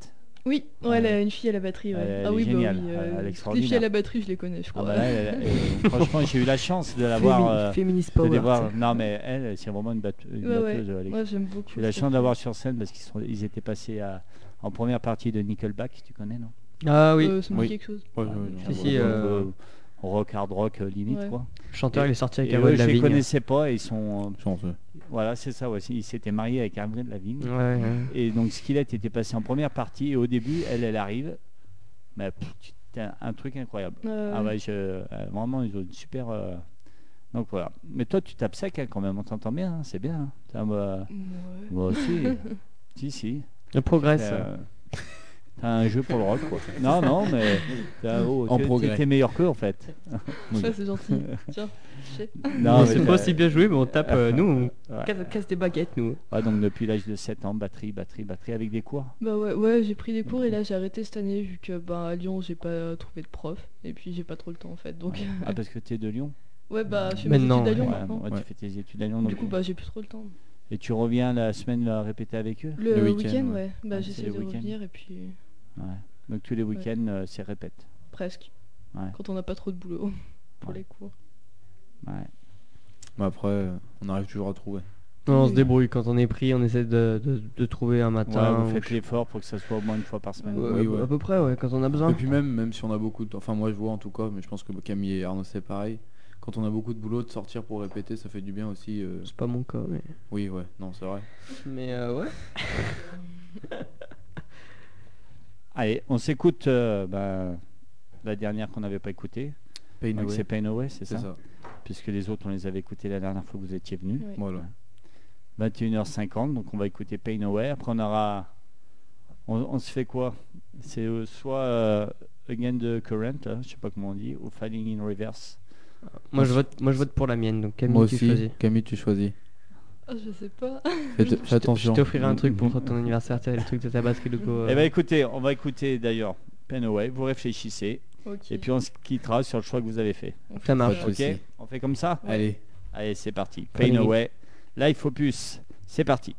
Speaker 2: Oui, ouais,
Speaker 1: Ouais.
Speaker 2: elle a une fille à la batterie. Ouais.
Speaker 1: Elle- elle
Speaker 2: ah
Speaker 1: est
Speaker 2: oui, bah
Speaker 1: géniale,
Speaker 2: oui,
Speaker 1: elle- elle est
Speaker 2: toutes les filles
Speaker 1: extraordinaire.
Speaker 2: à la batterie, je les connais, je
Speaker 1: Ah,
Speaker 2: crois.
Speaker 1: bah là, elle- elle- franchement, j'ai eu la chance de la
Speaker 4: Fémi-
Speaker 1: voir. euh,
Speaker 4: Féministe
Speaker 1: de
Speaker 4: Power.
Speaker 1: les voir. Non, mais elle, c'est vraiment une, batte- une
Speaker 2: Ouais, ouais.
Speaker 1: batteuse. elle est-
Speaker 2: Moi, j'aime beaucoup.
Speaker 1: euh, J'ai eu la
Speaker 2: cette
Speaker 1: chance
Speaker 2: fille.
Speaker 1: d'avoir sur scène parce qu'ils sont- ils étaient passés à- en première partie de Nickelback, tu connais, non
Speaker 4: Ah oui,
Speaker 2: Euh, ça me dit
Speaker 3: Oui.
Speaker 2: quelque chose.
Speaker 3: Ouais, bah, ouais, ouais,
Speaker 1: Un
Speaker 4: Ah, Si,
Speaker 1: groupe,
Speaker 4: si, euh,
Speaker 1: euh, rock, hard rock, euh, limite,
Speaker 2: Ouais.
Speaker 1: quoi.
Speaker 4: le chanteur il est sorti avec
Speaker 1: Et eux,
Speaker 4: Avril
Speaker 1: je les
Speaker 4: Lavigne.
Speaker 1: connaissais pas et ils sont euh,
Speaker 3: chanceux.
Speaker 1: voilà c'est ça aussi ils s'étaient mariés avec Avril Lavigne
Speaker 4: Ouais, ouais.
Speaker 1: et donc Skillet était passé en première partie et au début elle elle arrive mais pff, c'était un, un truc incroyable
Speaker 2: Euh,
Speaker 1: ah ouais je- euh, vraiment ils ont une super euh, donc voilà mais toi tu tapes sec hein, quand même on t'entend bien hein, c'est bien hein. Putain, moi,
Speaker 2: ouais.
Speaker 1: moi aussi si si
Speaker 4: Le progrès.
Speaker 1: T'as, euh, t'as un jeu pour le rock quoi non non mais t'as- oh,
Speaker 3: En
Speaker 1: t'es-
Speaker 3: progrès.
Speaker 1: t'es meilleur qu'eux en fait
Speaker 2: Ça, c'est gentil. Tiens, je sais.
Speaker 1: non mais
Speaker 4: c'est
Speaker 1: t'as-
Speaker 4: pas si bien joué, mais on tape. euh, nous, on
Speaker 1: Ouais.
Speaker 4: casse, casse des baguettes, nous.
Speaker 1: Ouais, donc depuis l'âge de 7 ans batterie batterie batterie avec des cours
Speaker 2: Bah ouais, ouais j'ai pris des cours et là, j'ai arrêté cette année vu que bah, à Lyon, j'ai pas trouvé de prof et puis j'ai pas trop le temps en fait. Donc,
Speaker 1: Ah, parce que t'es de Lyon
Speaker 2: ouais, bah, je fais mes
Speaker 4: Maintenant,
Speaker 2: études à Lyon
Speaker 1: Ouais,
Speaker 2: maintenant.
Speaker 1: ouais,
Speaker 3: Ouais.
Speaker 1: Tu fais tes études à Lyon. donc-
Speaker 2: Du coup, bah, j'ai plus trop le temps.
Speaker 1: Et tu reviens la semaine à répéter avec eux
Speaker 2: Le,
Speaker 3: Le
Speaker 2: week-end,
Speaker 3: week-end,
Speaker 2: ouais. Bah,
Speaker 1: Ouais, c'est
Speaker 2: j'essaie
Speaker 1: les
Speaker 2: de
Speaker 1: week-ends.
Speaker 2: revenir et puis
Speaker 1: Donc tous les week-ends, euh, c'est répète.
Speaker 2: presque.
Speaker 1: Ouais.
Speaker 2: Quand on n'a pas trop de boulot pour
Speaker 1: Ouais.
Speaker 2: les cours.
Speaker 1: Ouais.
Speaker 3: Mais après, euh, on arrive toujours à trouver.
Speaker 4: Non, on se
Speaker 2: Oui.
Speaker 4: débrouille quand on est pris, on essaie de, de, de trouver un matin.
Speaker 1: Ouais, vous
Speaker 4: ou
Speaker 1: faites
Speaker 4: je-
Speaker 1: l'effort pour que ça soit au moins une fois par semaine.
Speaker 4: Ouais,
Speaker 3: Oui,
Speaker 4: à peu-
Speaker 3: ouais.
Speaker 4: à peu près, ouais, quand on a
Speaker 3: Et
Speaker 4: besoin.
Speaker 3: puis même, même si on a beaucoup de temps, enfin moi je vois en tout cas, mais je pense que Camille et Arnaud c'est pareil. quand on a beaucoup de boulot, de sortir pour répéter, ça fait du bien aussi. euh,
Speaker 4: C'est pas mon cas, mais.
Speaker 3: Oui, ouais, non, c'est vrai.
Speaker 4: Mais euh, ouais.
Speaker 5: Allez, on s'écoute euh, bah, la dernière qu'on n'avait pas écoutée.
Speaker 3: Pain
Speaker 5: Donc
Speaker 3: away,
Speaker 5: c'est Pain Away, c'est
Speaker 3: Ah c'est
Speaker 5: ça,
Speaker 3: ça.
Speaker 5: Puisque les autres, on les avait écoutés la dernière fois que vous étiez venus.
Speaker 2: Ouais.
Speaker 3: Voilà.
Speaker 5: 21h50, donc on va écouter Pain Away. Après, on aura. On, on se fait quoi C'est euh, soit euh, Again the Current, là, je sais pas comment on dit, ou Falling in Reverse.
Speaker 4: Moi je vote, moi je vote pour la mienne. Donc Camille,
Speaker 3: Moi
Speaker 4: tu
Speaker 3: aussi,
Speaker 4: choisis.
Speaker 3: Camille, tu choisis.
Speaker 2: Ah, je sais pas.
Speaker 3: Fais, fais
Speaker 4: Je
Speaker 3: attention.
Speaker 4: t'offrirai un truc pour ton anniversaire. T'as le truc de ta basket Loco.
Speaker 5: Eh ben écoutez, on va écouter d'ailleurs Pain Away, vous réfléchissez,
Speaker 2: Ok.
Speaker 5: et puis on se quittera sur le choix que vous avez fait.
Speaker 2: on fait
Speaker 4: ça marche.
Speaker 2: Ouais.
Speaker 5: Ok
Speaker 3: Aussi.
Speaker 5: On fait comme ça
Speaker 3: Allez.
Speaker 5: Allez, c'est parti.
Speaker 4: Allez.
Speaker 5: Pain Away, Life Opus, c'est parti.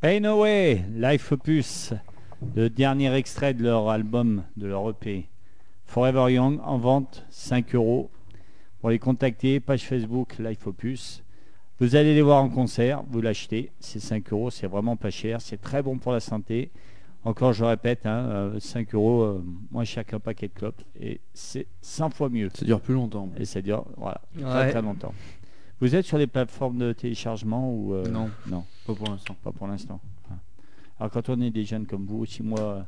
Speaker 5: Pain Away, Life Opus, le dernier extrait de leur album, de leur EP. Forever Young, en vente, 5 euros. Pour les contacter, page Facebook Life Opus. Vous allez les voir en concert, vous l'achetez, c'est 5 euros, c'est vraiment pas cher, c'est très bon pour la santé. Encore, je répète, hein, euh, 5 euros, euh, moins cher qu'un paquet de clopes, et c'est 100 fois mieux.
Speaker 3: Ça dure plus longtemps.
Speaker 5: Et ça dure, voilà, très
Speaker 4: Ouais.
Speaker 5: très longtemps.
Speaker 1: Vous êtes sur les plateformes de téléchargement ou euh,
Speaker 3: Non.
Speaker 1: Non,
Speaker 3: Pas pour l'instant.
Speaker 1: pas pour l'instant. Ah. Alors quand on est des jeunes comme vous, si moi euh,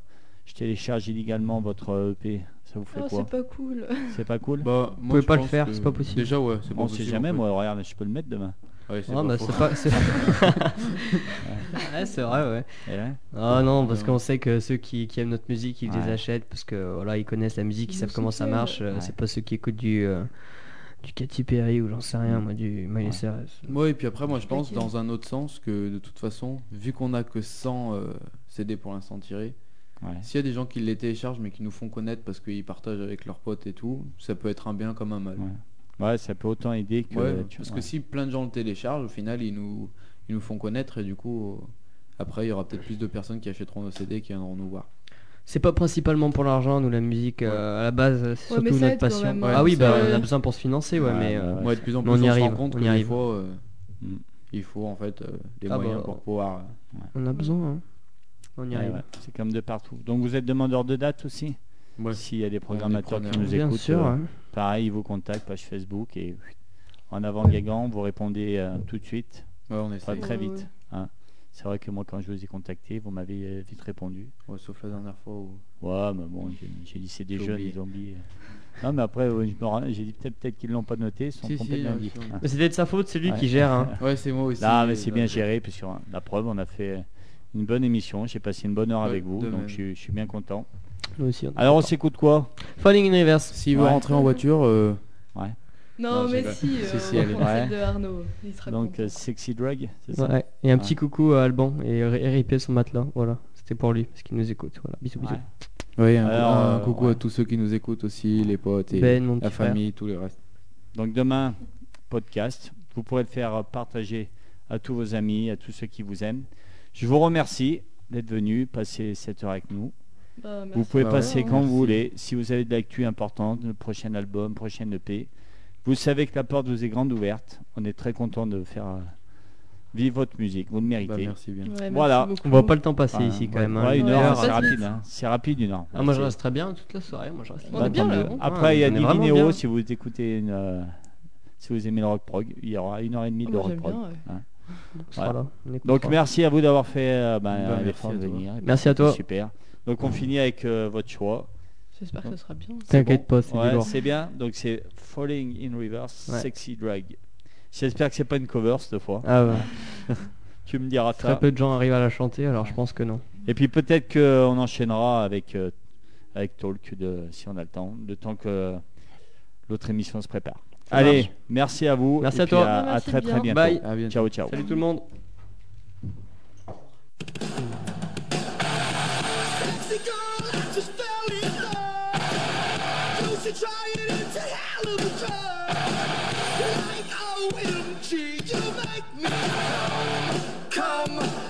Speaker 1: je télécharge illégalement votre euh, EP, ça vous fait
Speaker 2: Oh,
Speaker 1: quoi
Speaker 2: c'est pas cool.
Speaker 1: C'est pas cool
Speaker 3: Bah, moi,
Speaker 4: pouvez
Speaker 3: je
Speaker 4: pas le
Speaker 3: pense
Speaker 4: faire,
Speaker 3: que-
Speaker 4: c'est pas possible.
Speaker 3: Déjà, ouais, c'est pas
Speaker 1: On sait
Speaker 3: possible,
Speaker 1: jamais,
Speaker 3: en fait.
Speaker 1: moi, regarde, je peux le mettre demain.
Speaker 3: Ouais, c'est
Speaker 4: Non,
Speaker 3: pas
Speaker 4: bah,
Speaker 3: faux.
Speaker 4: c'est pas. c'est- ouais, c'est vrai, ouais.
Speaker 1: Et là
Speaker 4: Ah non, parce
Speaker 3: Non.
Speaker 4: qu'on sait que ceux qui, qui aiment notre musique, ils les
Speaker 1: Ouais.
Speaker 4: achètent parce que voilà, ils connaissent la musique, ils
Speaker 2: Ils
Speaker 4: savent
Speaker 2: nous
Speaker 4: comment ça
Speaker 2: soutiennent.
Speaker 4: marche. euh,
Speaker 1: Ouais.
Speaker 4: C'est pas ceux qui écoutent du euh, du Katy Perry ou j'en sais rien, moi du Miley
Speaker 1: Ouais.
Speaker 4: Cyrus.
Speaker 3: Ouais, et puis après, moi, je pense
Speaker 2: Ok.
Speaker 3: dans un autre sens que de toute façon, vu qu'on a que 100 euh, CD pour l'instant tirés,
Speaker 1: Ouais.
Speaker 3: s'il y a des gens qui les téléchargent mais qui nous font connaître parce qu'ils partagent avec leurs potes et tout, ça peut être un bien comme un mal.
Speaker 1: Ouais. Ouais, ça peut autant aider que.
Speaker 3: Ouais,
Speaker 1: tu-
Speaker 3: parce que
Speaker 1: ouais.
Speaker 3: si plein de gens le téléchargent, au final, ils nous, ils nous font connaître et du coup, euh, après, il y aura peut-être plus de personnes qui achèteront nos CD qui viendront nous voir.
Speaker 4: C'est pas principalement pour l'argent, nous la musique euh, à la base, c'est
Speaker 2: Ouais, mais
Speaker 4: surtout
Speaker 2: ça
Speaker 4: notre
Speaker 2: aide quand
Speaker 4: passion.
Speaker 2: même,
Speaker 3: hein.
Speaker 4: ah oui,
Speaker 3: Ouais,
Speaker 4: bah
Speaker 2: c'est-
Speaker 4: on a besoin pour se financer, ouais,
Speaker 1: Ouais, ouais,
Speaker 4: mais euh,
Speaker 1: ouais.
Speaker 3: Moi, de plus en plus,
Speaker 4: Mais on
Speaker 3: on,
Speaker 4: y
Speaker 3: se
Speaker 4: arrive,
Speaker 3: rend compte
Speaker 4: on y
Speaker 3: qu'il
Speaker 4: arrive.
Speaker 3: faut, euh,
Speaker 1: Mm.
Speaker 3: il faut en fait euh, des
Speaker 4: Ah
Speaker 3: moyens
Speaker 4: bah,
Speaker 3: pour pouvoir. euh,
Speaker 4: on a besoin. hein. On y
Speaker 1: Ouais,
Speaker 4: arrive.
Speaker 1: ouais, C'est comme de partout. Donc vous êtes demandeur de date aussi
Speaker 3: Ouais.
Speaker 1: S'il y a des programmateurs qui
Speaker 3: preneurs.
Speaker 1: nous
Speaker 4: Bien
Speaker 1: écoutent,
Speaker 4: sûr.
Speaker 1: euh,
Speaker 4: hein.
Speaker 1: pareil, ils vous contactent, page Facebook et en avant Guégan, vous répondez euh, tout de suite,
Speaker 3: Ouais, on
Speaker 1: pas
Speaker 3: essaie.
Speaker 1: très
Speaker 2: Ouais,
Speaker 1: vite.
Speaker 2: ouais.
Speaker 1: hein. C'est vrai que moi, quand je vous ai contacté, vous m'avez euh, vite répondu.
Speaker 3: Ouais, sauf la dernière fois où.
Speaker 1: Ouais, mais bon, j'ai- j'ai dit c'est des
Speaker 3: J'ai
Speaker 1: jeunes,
Speaker 3: oublié.
Speaker 1: ils ont oublié. Non, mais après, ouais, je me ra- j'ai dit peut-être peut-être qu'ils l'ont pas noté, ils sont
Speaker 3: Si, si,
Speaker 1: complètement
Speaker 3: non,
Speaker 1: oubliés.
Speaker 3: si, on-
Speaker 1: Hein.
Speaker 4: Mais C'était de sa faute, c'est lui
Speaker 1: Ouais.
Speaker 4: qui gère. hein.
Speaker 3: Ouais, c'est moi aussi.
Speaker 1: Non, mais c'est
Speaker 3: euh,
Speaker 1: bien géré, puis sur la preuve, on a fait une bonne émission, j'ai passé une bonne heure
Speaker 3: Ouais,
Speaker 1: avec vous,
Speaker 3: de
Speaker 1: donc
Speaker 3: même.
Speaker 1: je, suis- je suis bien content.
Speaker 4: Nous aussi. on est
Speaker 1: Alors, on
Speaker 4: contents.
Speaker 1: s'écoute quoi
Speaker 4: Ah. Falling in Reverse.
Speaker 3: S'il veut
Speaker 1: Ouais.
Speaker 3: rentrer en voiture, euh,
Speaker 2: Non,
Speaker 3: Non,
Speaker 2: mais
Speaker 3: c'est
Speaker 2: si,
Speaker 3: vrai.
Speaker 2: euh,
Speaker 3: Si, si,
Speaker 2: on
Speaker 3: elle est
Speaker 2: prend celle
Speaker 1: vraie.
Speaker 2: de Arnaud. Il sera
Speaker 1: Donc,
Speaker 2: content.
Speaker 1: euh, Sexy Drug, c'est ça
Speaker 4: Ouais, et un
Speaker 1: Ouais.
Speaker 4: petit coucou à Alban et R- RIP son matelas, voilà, c'était pour lui parce qu'il nous écoute, voilà, bisous bisous.
Speaker 1: Ouais.
Speaker 3: oui, un,
Speaker 1: Alors,
Speaker 3: un
Speaker 1: euh,
Speaker 3: coucou
Speaker 1: ouais.
Speaker 3: à tous ceux qui nous écoutent aussi, les potes et
Speaker 4: Ben, mon petit
Speaker 3: la
Speaker 4: frère.
Speaker 3: famille, tout le reste.
Speaker 1: Donc demain, podcast. Vous pourrez le faire euh, partager à tous vos amis, à tous ceux qui vous aiment. Je vous remercie d'être venus, passer cette heure avec nous.
Speaker 2: Bah,
Speaker 1: vous
Speaker 2: merci
Speaker 1: pouvez
Speaker 2: à toi,
Speaker 1: passer
Speaker 2: hein.
Speaker 1: quand vous voulez. Si vous avez de l'actu importante, le prochain album, prochaine EP, vous savez que la porte vous est grande ouverte. On est très content de faire euh, vivre votre musique. Vous le
Speaker 3: Bah,
Speaker 1: méritez.
Speaker 3: merci bien.
Speaker 2: Ouais, merci
Speaker 1: Voilà.
Speaker 2: beaucoup.
Speaker 4: On voit pas le temps passer
Speaker 1: Enfin,
Speaker 4: ici quand
Speaker 1: ouais,
Speaker 4: même. hein.
Speaker 1: ouais, une
Speaker 2: Ouais,
Speaker 1: heure,
Speaker 2: ça
Speaker 1: c'est
Speaker 2: passe
Speaker 1: rapide.
Speaker 2: vite.
Speaker 1: hein. C'est rapide une heure.
Speaker 4: Ah, moi je
Speaker 1: C'est-
Speaker 4: reste très bien toute la soirée, moi je reste.
Speaker 2: On
Speaker 1: Bah,
Speaker 2: est bien,
Speaker 1: tant
Speaker 2: là,
Speaker 1: mieux.
Speaker 2: on-
Speaker 1: Après, il y a
Speaker 4: on est vraiment
Speaker 1: Divinéo.
Speaker 4: bien.
Speaker 1: Si vous écoutez une, euh, si vous aimez le rock prog, il y aura une heure et demie
Speaker 2: Ah,
Speaker 1: de
Speaker 2: moi,
Speaker 1: rock
Speaker 2: j'aime
Speaker 1: prog.
Speaker 2: bien, ouais.
Speaker 4: On sera
Speaker 1: Voilà.
Speaker 4: là, on écoutera.
Speaker 1: Donc merci à vous d'avoir fait euh, bah,
Speaker 3: Bah, merci
Speaker 1: l'effort de
Speaker 3: à toi.
Speaker 1: venir. Et puis,
Speaker 4: Merci à toi.
Speaker 1: Super. Donc on finit avec euh, votre choix.
Speaker 2: J'espère que ce sera bien.
Speaker 4: T'inquiète pas,
Speaker 1: C'est
Speaker 4: c'est
Speaker 1: bon
Speaker 4: du
Speaker 1: Ouais,
Speaker 4: lourd.
Speaker 1: c'est bien. Donc c'est Falling in Reverse,
Speaker 4: Ouais.
Speaker 1: Sexy Drag. J'espère que c'est pas une cover cette fois.
Speaker 4: Ah ouais.
Speaker 1: Tu me diras
Speaker 4: Très
Speaker 1: ça.
Speaker 4: peu de gens arrivent à la chanter, alors je pense que non.
Speaker 1: Et puis peut-être qu'on enchaînera avec euh, avec Talk de, si on a le temps, le temps que euh, l'autre émission se prépare.
Speaker 4: Ça
Speaker 1: Allez,
Speaker 4: marche.
Speaker 1: merci à vous.
Speaker 4: Merci
Speaker 1: et
Speaker 4: à
Speaker 1: puis
Speaker 4: toi.
Speaker 1: À, à
Speaker 2: Merci
Speaker 1: très très
Speaker 2: bien.
Speaker 1: bientôt.
Speaker 4: Bye.
Speaker 3: À bientôt.
Speaker 1: Ciao ciao.
Speaker 4: Salut tout le monde.
Speaker 6: Like OMG, you make me come